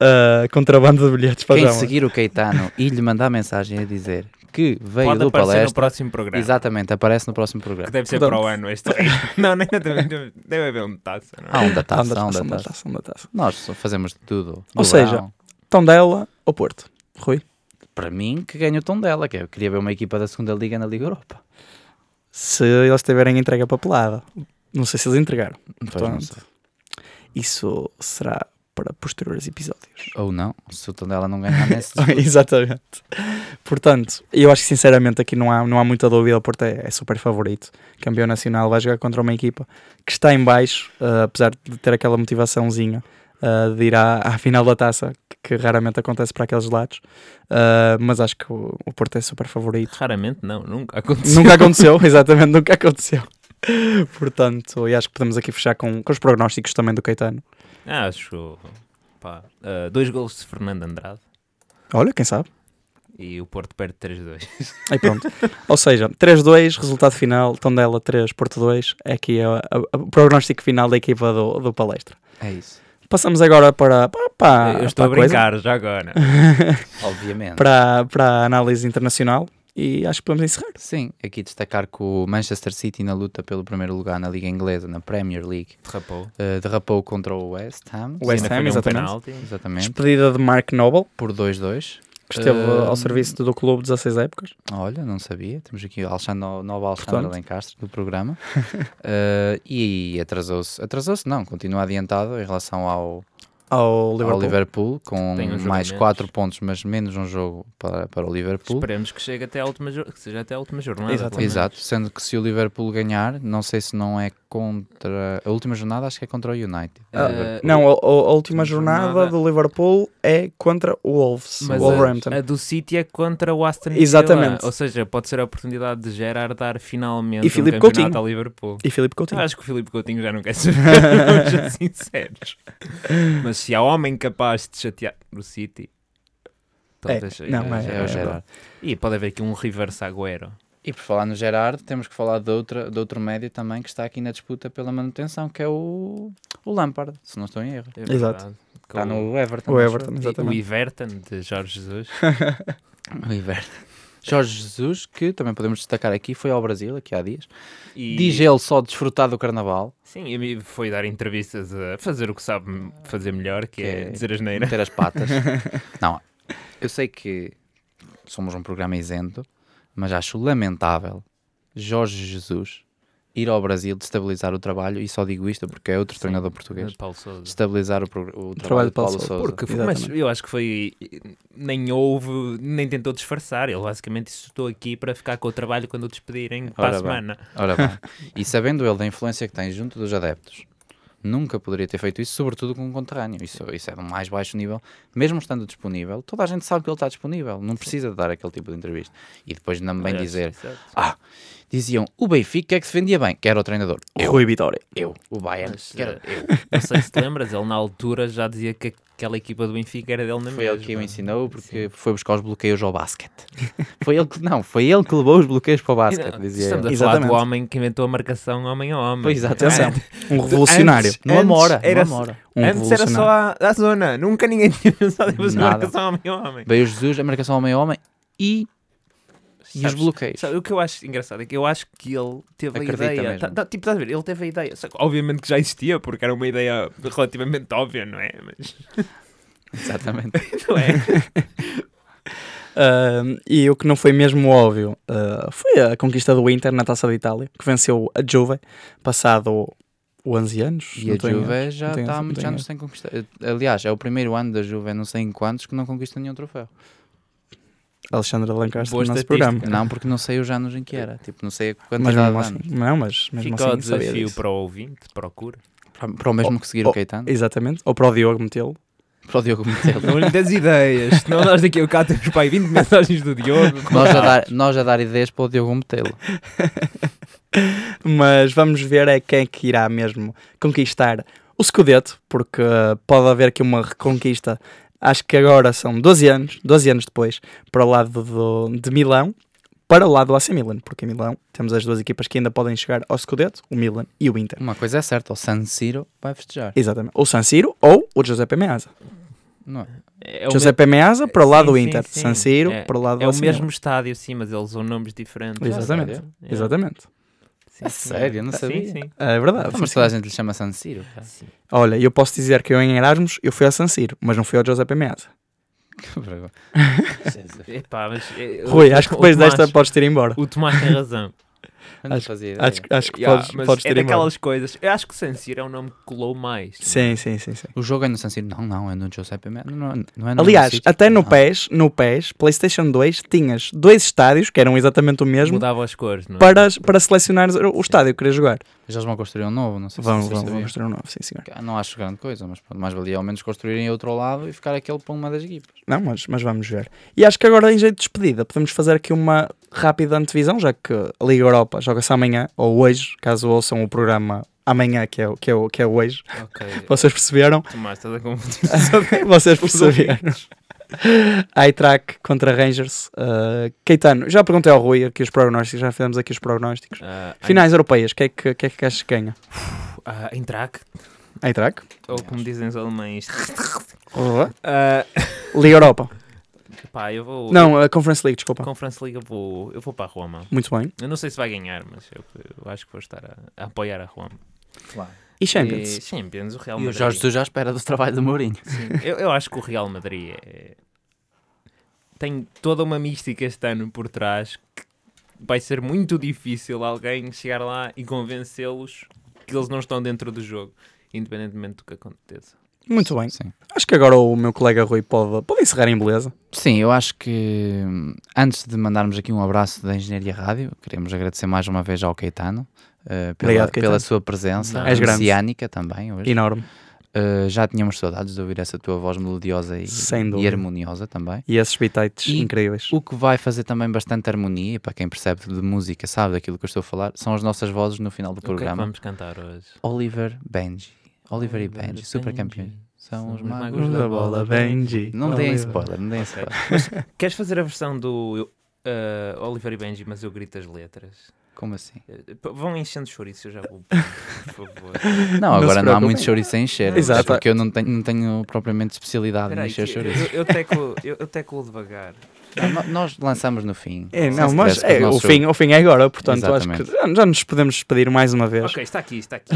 ah, contrabando de bilhetes para
Quem
Jamor.
seguir o Caetano e lhe mandar mensagem a dizer que veio
Pode
do
aparecer no
Palestra,
próximo programa.
exatamente, aparece no próximo
Que
programa.
deve ser
Portanto-
para o ano este. não, nem deve, deve- deve haver um taça,
Ah.
não é?
Há um da
Onda,
taça, há um da
onda,
taça.
taça, onda, taça.
Nós só fazemos de tudo.
Ou
Do
seja,
verão.
Tondela ou Porto? Rui?
para mim, que ganha o tom dela, que é, eu queria ver uma equipa da segunda Liga na Liga Europa.
Se eles tiverem entrega papelada. Não sei se eles entregaram.
Pois não
Portanto,
sei.
Isso será para posteriores episódios.
Ou não, se o tom dela não ganhar nesse.
Exatamente. Portanto, eu acho que sinceramente aqui não há, não há muita dúvida. O Porto é, é super favorito. Campeão nacional vai jogar contra uma equipa que está em baixo, ah, apesar de ter aquela motivaçãozinha ah, de ir à, à final da taça, que, que raramente acontece para aqueles lados. Ah, mas acho que o, o Porto é super favorito.
Raramente não, nunca aconteceu.
Nunca aconteceu, exatamente, nunca aconteceu. Portanto, e acho que podemos aqui fechar com, com os prognósticos também do Caetano.
Ah, acho. Pá, ah, dois gols de Fernando Andrade
Olha, quem sabe?
e o Porto perde 3-2.
Aí pronto. Ou seja, 3-2, resultado final, Tondela 3, Porto 2. É aqui a- a- a- o prognóstico final da equipa do, do palestra.
É isso.
Passamos agora para, para, para-
Eu estou a
para Ah, coisa,
brincar já agora.
Obviamente.
para, para a análise internacional e acho que podemos encerrar.
Sim, aqui destacar que o Manchester City na luta pelo primeiro lugar na Liga Inglesa, na Premier League,
Derrapou.
eh, derrapou contra o West Ham.
O West
Ainda
Ham,
falhou um
exatamente.
penalti.
Exatamente.
Despedida de Mark Noble,
Por 2-2.
que esteve
Eh,
ao serviço do clube 16 épocas.
Olha, não sabia. Temos aqui o Alexandre, o novo Alexandre
Portanto.
Alencastre do programa. Eh, e atrasou-se. Atrasou-se, não. Continua adiantado em relação ao,
Ao Liverpool.
ao Liverpool, com
Tem um jogo a
mais
menos.
4 pontos, mas menos um jogo para, para o Liverpool.
Esperemos que, chegue até a última, jor- que seja até a última jornada.
Exatamente.
pelo menos.
Exato, sendo que se o Liverpool ganhar, não sei se não é contra. A última jornada acho que é contra o United.
Ah,
Liverpool.
Não, a, a- a última jornada,
Jornada.
do Liverpool é contra o Wolves,
Mas
Wolverhampton.
a, a do City é contra o Aston Villa.
Exatamente.
Ou seja, pode ser a oportunidade de Gerard dar finalmente
E
um
Filipe
campeonato
Coutinho.
ao Liverpool.
E Filipe
Eu
Coutinho.
acho que o Filipe Coutinho já não quer saber, vamos ser sinceros. Mas se há homem capaz de chatear o City, talvez seja
não, é-
é o
Gerrard.
Gerard.
E pode haver aqui um reverse Agüero.
E por falar no Gerard, temos que falar de, outra, de outro médio também que está aqui na disputa pela manutenção, que é o, o Lampard, se não estou em erro.
É
Exato.
verdade. Com
Está no Everton.
O
acho
Everton,
e- O
exatamente.
Iverton de Jorge Jesus.
eu. O Everton. Jorge Jesus, que também podemos destacar aqui, foi ao Brasil aqui há dias.
E,
Diz ele só desfrutar do carnaval,
Sim, e me foi dar entrevistas a fazer o que sabe fazer melhor, que,
Ah, Que
é,
é-
dizer as neiras.
meter as patas. não, eu sei que somos um programa isento, mas acho lamentável Jorge Jesus ir ao Brasil destabilizar o trabalho, e só digo isto porque é outro treinador português.
Paulo Sousa.
Destabilizar o, progr- o trabalho
Trabalho de
de
Paulo
Paulo
Sousa.
Sousa.
Porque foi-
Exatamente.
mas eu acho que foi. Nem houve, nem tentou disfarçar. Ele basicamente disse: Estou aqui para ficar com o trabalho quando o despedirem para
Ora
a
bem.
semana.
Ora bem, e sabendo ele da influência que tem junto dos adeptos, nunca poderia ter feito isso, sobretudo com um conterrâneo. Isso, isso é do mais baixo nível. Mesmo estando disponível, toda a gente sabe que ele está disponível, não precisa de dar aquele tipo de entrevista. E depois também
Aliás,
dizer,
exato.
ah, diziam, o Benfica é que se vendia bem, que era o treinador. Eu,
Rui Vitória.
eu, o Bayern,
Mas,
que era
eh,
eu.
Não sei se te lembras, ele na altura já dizia que aquela equipa do Benfica era dele na
Foi
mesma.
ele que o ensinou porque foi buscar os bloqueios ao basquete. Foi ele que, não, foi ele que levou os bloqueios para o
E
basquete,
não,
dizia
Estamos
ele.
a falar
Exatamente.
do homem que inventou a marcação homem a homem.
Pois, é. exatamente.
Atenção,
Antes-
um revolucionário.
É. antes-
Não amora,
era-
não amora.
Um
Antes era só
revolucionário.
a, a zona. Nunca ninguém tinha pensado em fazer
Nada.
marcação homem a homem.
Veio Jesus, a marcação homem a homem e, e os
Sabes-
bloqueios.
Sabe, o que eu acho engraçado é que eu acho que ele teve
Acredita
a ideia.
mesmo.
Tá- tá- tipo, estás a ver? Ele teve a ideia. Só que, obviamente que já existia, porque era uma ideia relativamente óbvia, não é? Mas
Exatamente.
não é?
Ah, e o que não foi mesmo óbvio ah, foi a conquista do Inter na Taça da Itália, que venceu a Juve passado 11 anos.
E
não
a
tenho erro.
Juve já
não tenho-
está há
não
muitos
tenho
anos sem conquistar. Aliás, é o primeiro ano da Juve, não sei em quantos, que não conquista nenhum troféu.
Alexandre Lancaster
Boa
no nosso
estatística.
programa.
Não, porque não sei os anos em que era. Tipo, não sei a
Mas
quantidade
mesmo
de
assim,
anos.
não, mas mesmo
Fica o
assim sabia
desafio
disso.
para o ouvinte, procura.
Para, para o mesmo que seguir
assim. oh,
o Caetano.
Exatamente, ou para o Diogo metê-lo.
Para o Diogo Metelo.
Não lhe des ideias, senão nós daqui a bocado temos para aí 20 mensagens do Diogo.
nós, a dar, nós a dar ideias para o Diogo Metelo.
Mas vamos ver é quem é que irá mesmo conquistar o Scudetto, porque eh, pode haver aqui uma reconquista. Acho que agora são 12 anos, 12 anos depois, para o lado do- de Milão, para o lado do AC Milan, porque em Milão temos as duas equipas que ainda podem chegar ao Scudetto, o Milan e o Inter.
Uma coisa é certa, o San Siro vai festejar.
Exatamente. Ou San Siro ou o Giuseppe Meazza. Ah,
Não é?
É o
Giuseppe Meazza para o lado
Sim,
do
sim,
Inter,
sim.
San Siro para o lado
É
do
o
AC
mesmo
Milan.
estádio, sim, mas eles usam nomes diferentes.
Exatamente.
É.
Exatamente.
Sim,
É
sim.
sério, não sabia.
Sim, sim.
É verdade.
Ah,
sim,
mas
sim.
toda a gente lhe chama San Siro. pá.
Sim.
Olha, eu posso dizer que eu em Erasmus, eu fui ao San Siro, mas não fui ao Giuseppe Meazza.
Que vergonha. Jesus,
Epá, mas, é,
Rui,
o-
acho que
o
depois
Tomás-
desta podes ter embora.
O Tomás tem razão.
eu não
Acho-
fazia ideia.
Acho, que- acho que
É, Yeah,
podes,
mas
podes
é
ter embora.
daquelas coisas. Eu acho que San Siro é o nome que colou mais. é?
Sim, sim, sim, sim.
O jogo é no San Siro. Não, não, é no Giuseppe Meazza. Não, não, não é no
Aliás,
sítio.
até
Não.
no PES, no PES, PlayStation 2, tinhas dois estádios, que eram exatamente o mesmo,
Mudava as cores, não é?
para, para selecionares o o estádio que querias jogar.
Mas eles vão construir um novo, não sei
Vão,
se vocês
vão, vão
sabiam.
mostrar um novo, sim senhor.
Ah, Não acho grande coisa, mas pronto, mais valia ao menos construírem outro lado e ficar aquele para uma das equipas.
Não, mas, mas vamos ver. E acho que agora, em jeito de despedida, podemos fazer aqui uma rápida antevisão, já que a Liga Europa joga-se amanhã, ou hoje, caso ouçam o programa amanhã, que é, o- que é, o- que é hoje.
Ok.
Vocês perceberam?
Tomás, estás a confundir.
Vocês perceberam. Eintracht contra Rangers. Uh, Caetano, já perguntei ao Rui aqui os prognósticos, já fizemos aqui os prognósticos.
Ah,
Finais europeias, o que é que, que, é que achas que ganha?
ah, Eintracht,
Eintracht?
ou como dizem os alemães. Ah,
Liga Europa.
pá, eu vou.
Não, a Conference League, desculpa.
Conference League, eu vou, eu vou para a Roma.
Muito bem.
Eu não sei se vai ganhar, mas eu, eu acho que vou estar a, a apoiar a Roma.
E Champions?
E Champions, o Real
E o
Madrid.
Jorge Jesus já espera do trabalho do Mourinho.
Sim, eu, eu acho que o Real Madrid é... tem toda uma mística este ano por trás que vai ser muito difícil alguém chegar lá e convencê-los que eles não estão dentro do jogo, independentemente do que aconteça.
Muito bem.
Sim.
Acho que agora o meu colega Rui pode, pode encerrar em beleza.
Sim, eu acho que hum, antes de mandarmos aqui um abraço da Engenharia Rádio, queremos agradecer mais uma vez ao Caetano eh, pela,
Obrigado, Caetano.
pela sua presença
Não. És
grande.
oceânica também hoje.
Enorme.
Eh, já tínhamos saudades de ouvir essa tua voz melodiosa e,
Sem
e
dúvida.
harmoniosa também.
E esses bitites
E-
incríveis.
O que vai fazer também bastante harmonia, e para quem percebe de música, sabe daquilo que eu estou a falar, são as nossas vozes no final do
O que é que
programa.
vamos cantar hoje?
Oliver Benji. Oliver e Benji, super campeões. São os magos da bola.
Benji.
Não deem spoiler, não deem
Ok.
spoiler.
Queres fazer a versão do eh, Oliver e Benji, mas eu grito as letras?
Como assim?
Eh, p- Vão enchendo chouriço, eu já vou. Por favor.
Não,
Não
agora
se
não, há
preocupem.
muito chouriço a encher.
Exato.
Exato. Porque eu não tenho, não tenho propriamente especialidade
Espera
em
aí,
Ah, encher
que
chouriço.
eu, eu, teco, eu, eu teco devagar.
Nós lançamos no fim.
É,
Se
não, mas
tivesse com
é, o,
nosso-
fim, o fim é agora, portanto acho
Exatamente.
que já, já nos podemos despedir mais uma vez.
Ok, está aqui, está aqui.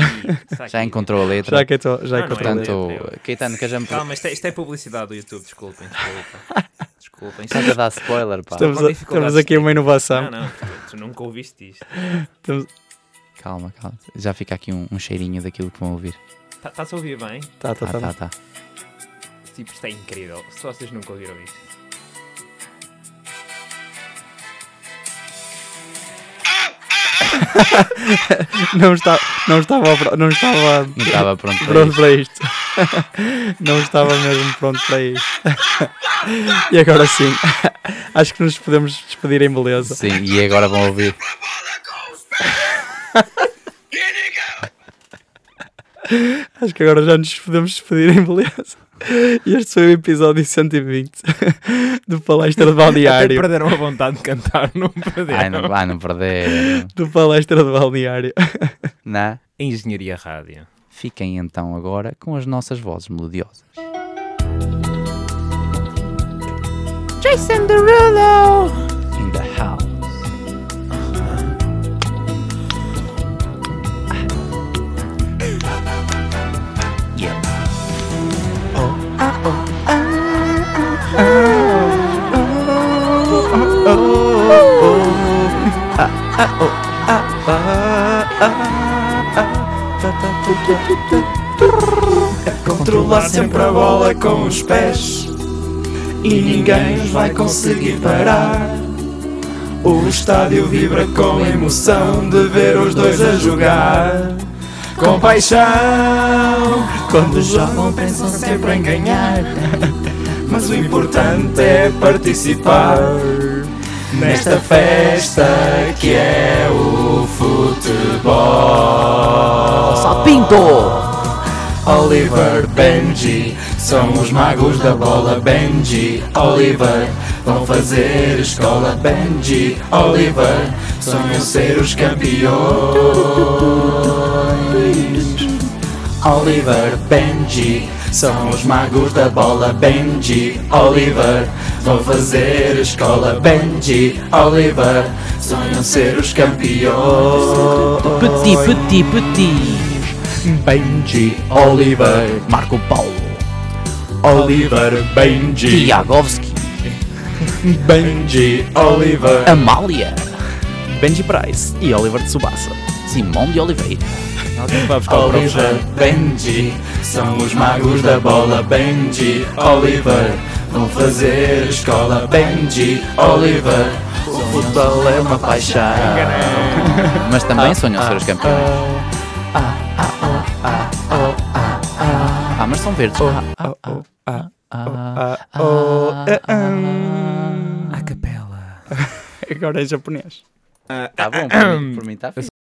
Está
Já
aqui.
encontrou a letra.
Já que eu tô- já
Ah,
que
não é
eu tô a ler.
nada.
Portanto,
letra,
Caetano, quer já me
Calma, isto é, isto é publicidade do YouTube, desculpem, desculpa. Desculpem. isto-
Estás a dar spoiler, pá.
Estamos,
Com
a-
dificuldades
temos aqui uma
Não,
inovação.
não, tu, tu nunca ouviste isto.
Calma, calma. Já fica aqui um, um cheirinho daquilo que vão ouvir.
Tá- Está-se a ouvir bem?
Tá, tá,
Ah,
tá,
tá, tá.
Tipo, isto é incrível. Só vocês nunca ouviram isto.
Não, está, não estava, pro- não estava
Não estava pronto para
pronto
isso.
para isto. Não estava mesmo pronto para isto. E agora sim, acho que nos podemos despedir em beleza.
Sim, e agora vão ouvir.
Acho que agora já nos podemos despedir em beleza. E este foi o episódio 120 do Palestra de
Até
Balneário.
perderam a vontade de cantar, não perderam.
Ai, não, ai, não perder.
Do Palestra de Balneário.
Não?
Engenharia Rádio.
Fiquem então agora com as nossas vozes melodiosas.
Jason Derulo.
In the house.
Controlar sempre a bola com os pés E ninguém nos vai conseguir parar O estádio vibra com emoção De ver os dois a jogar Com paixão Quando jogam pensam sempre em ganhar Mas o importante é participar Nesta festa que é o futebol
Sapinto.
Oliver, Benji. São os magos da bola, Benji, Oliver. Vão fazer escola, Benji, Oliver. Sonham ser os campeões. Oliver, Benji. São os magos da bola, Benji, Oliver. Vão fazer escola, Benji, Oliver. Sonham ser os campeões.
Petit, petit, petit.
Benji, Oliver,
Marco Paulo.
Oliver, Benji,
Tiagovski.
Benji, Oliver,
Amália.
Benji Price e Oliver Tsubasa.
Simão de Oliveira.
Alguém vai buscar o próprio
Oliver, Benji, são os magos da bola, Benji, Oliver, vão fazer escola, Benji, Oliver, o futebol é uma paixão.
Mas também sonham ser os campeões. Ah, mas são verdes.
Ah, oh, ah, ah, oh, ah, ah.
A capela.
Agora é japonês.
Tá bom, por mim- por mim está
Eu
fixe.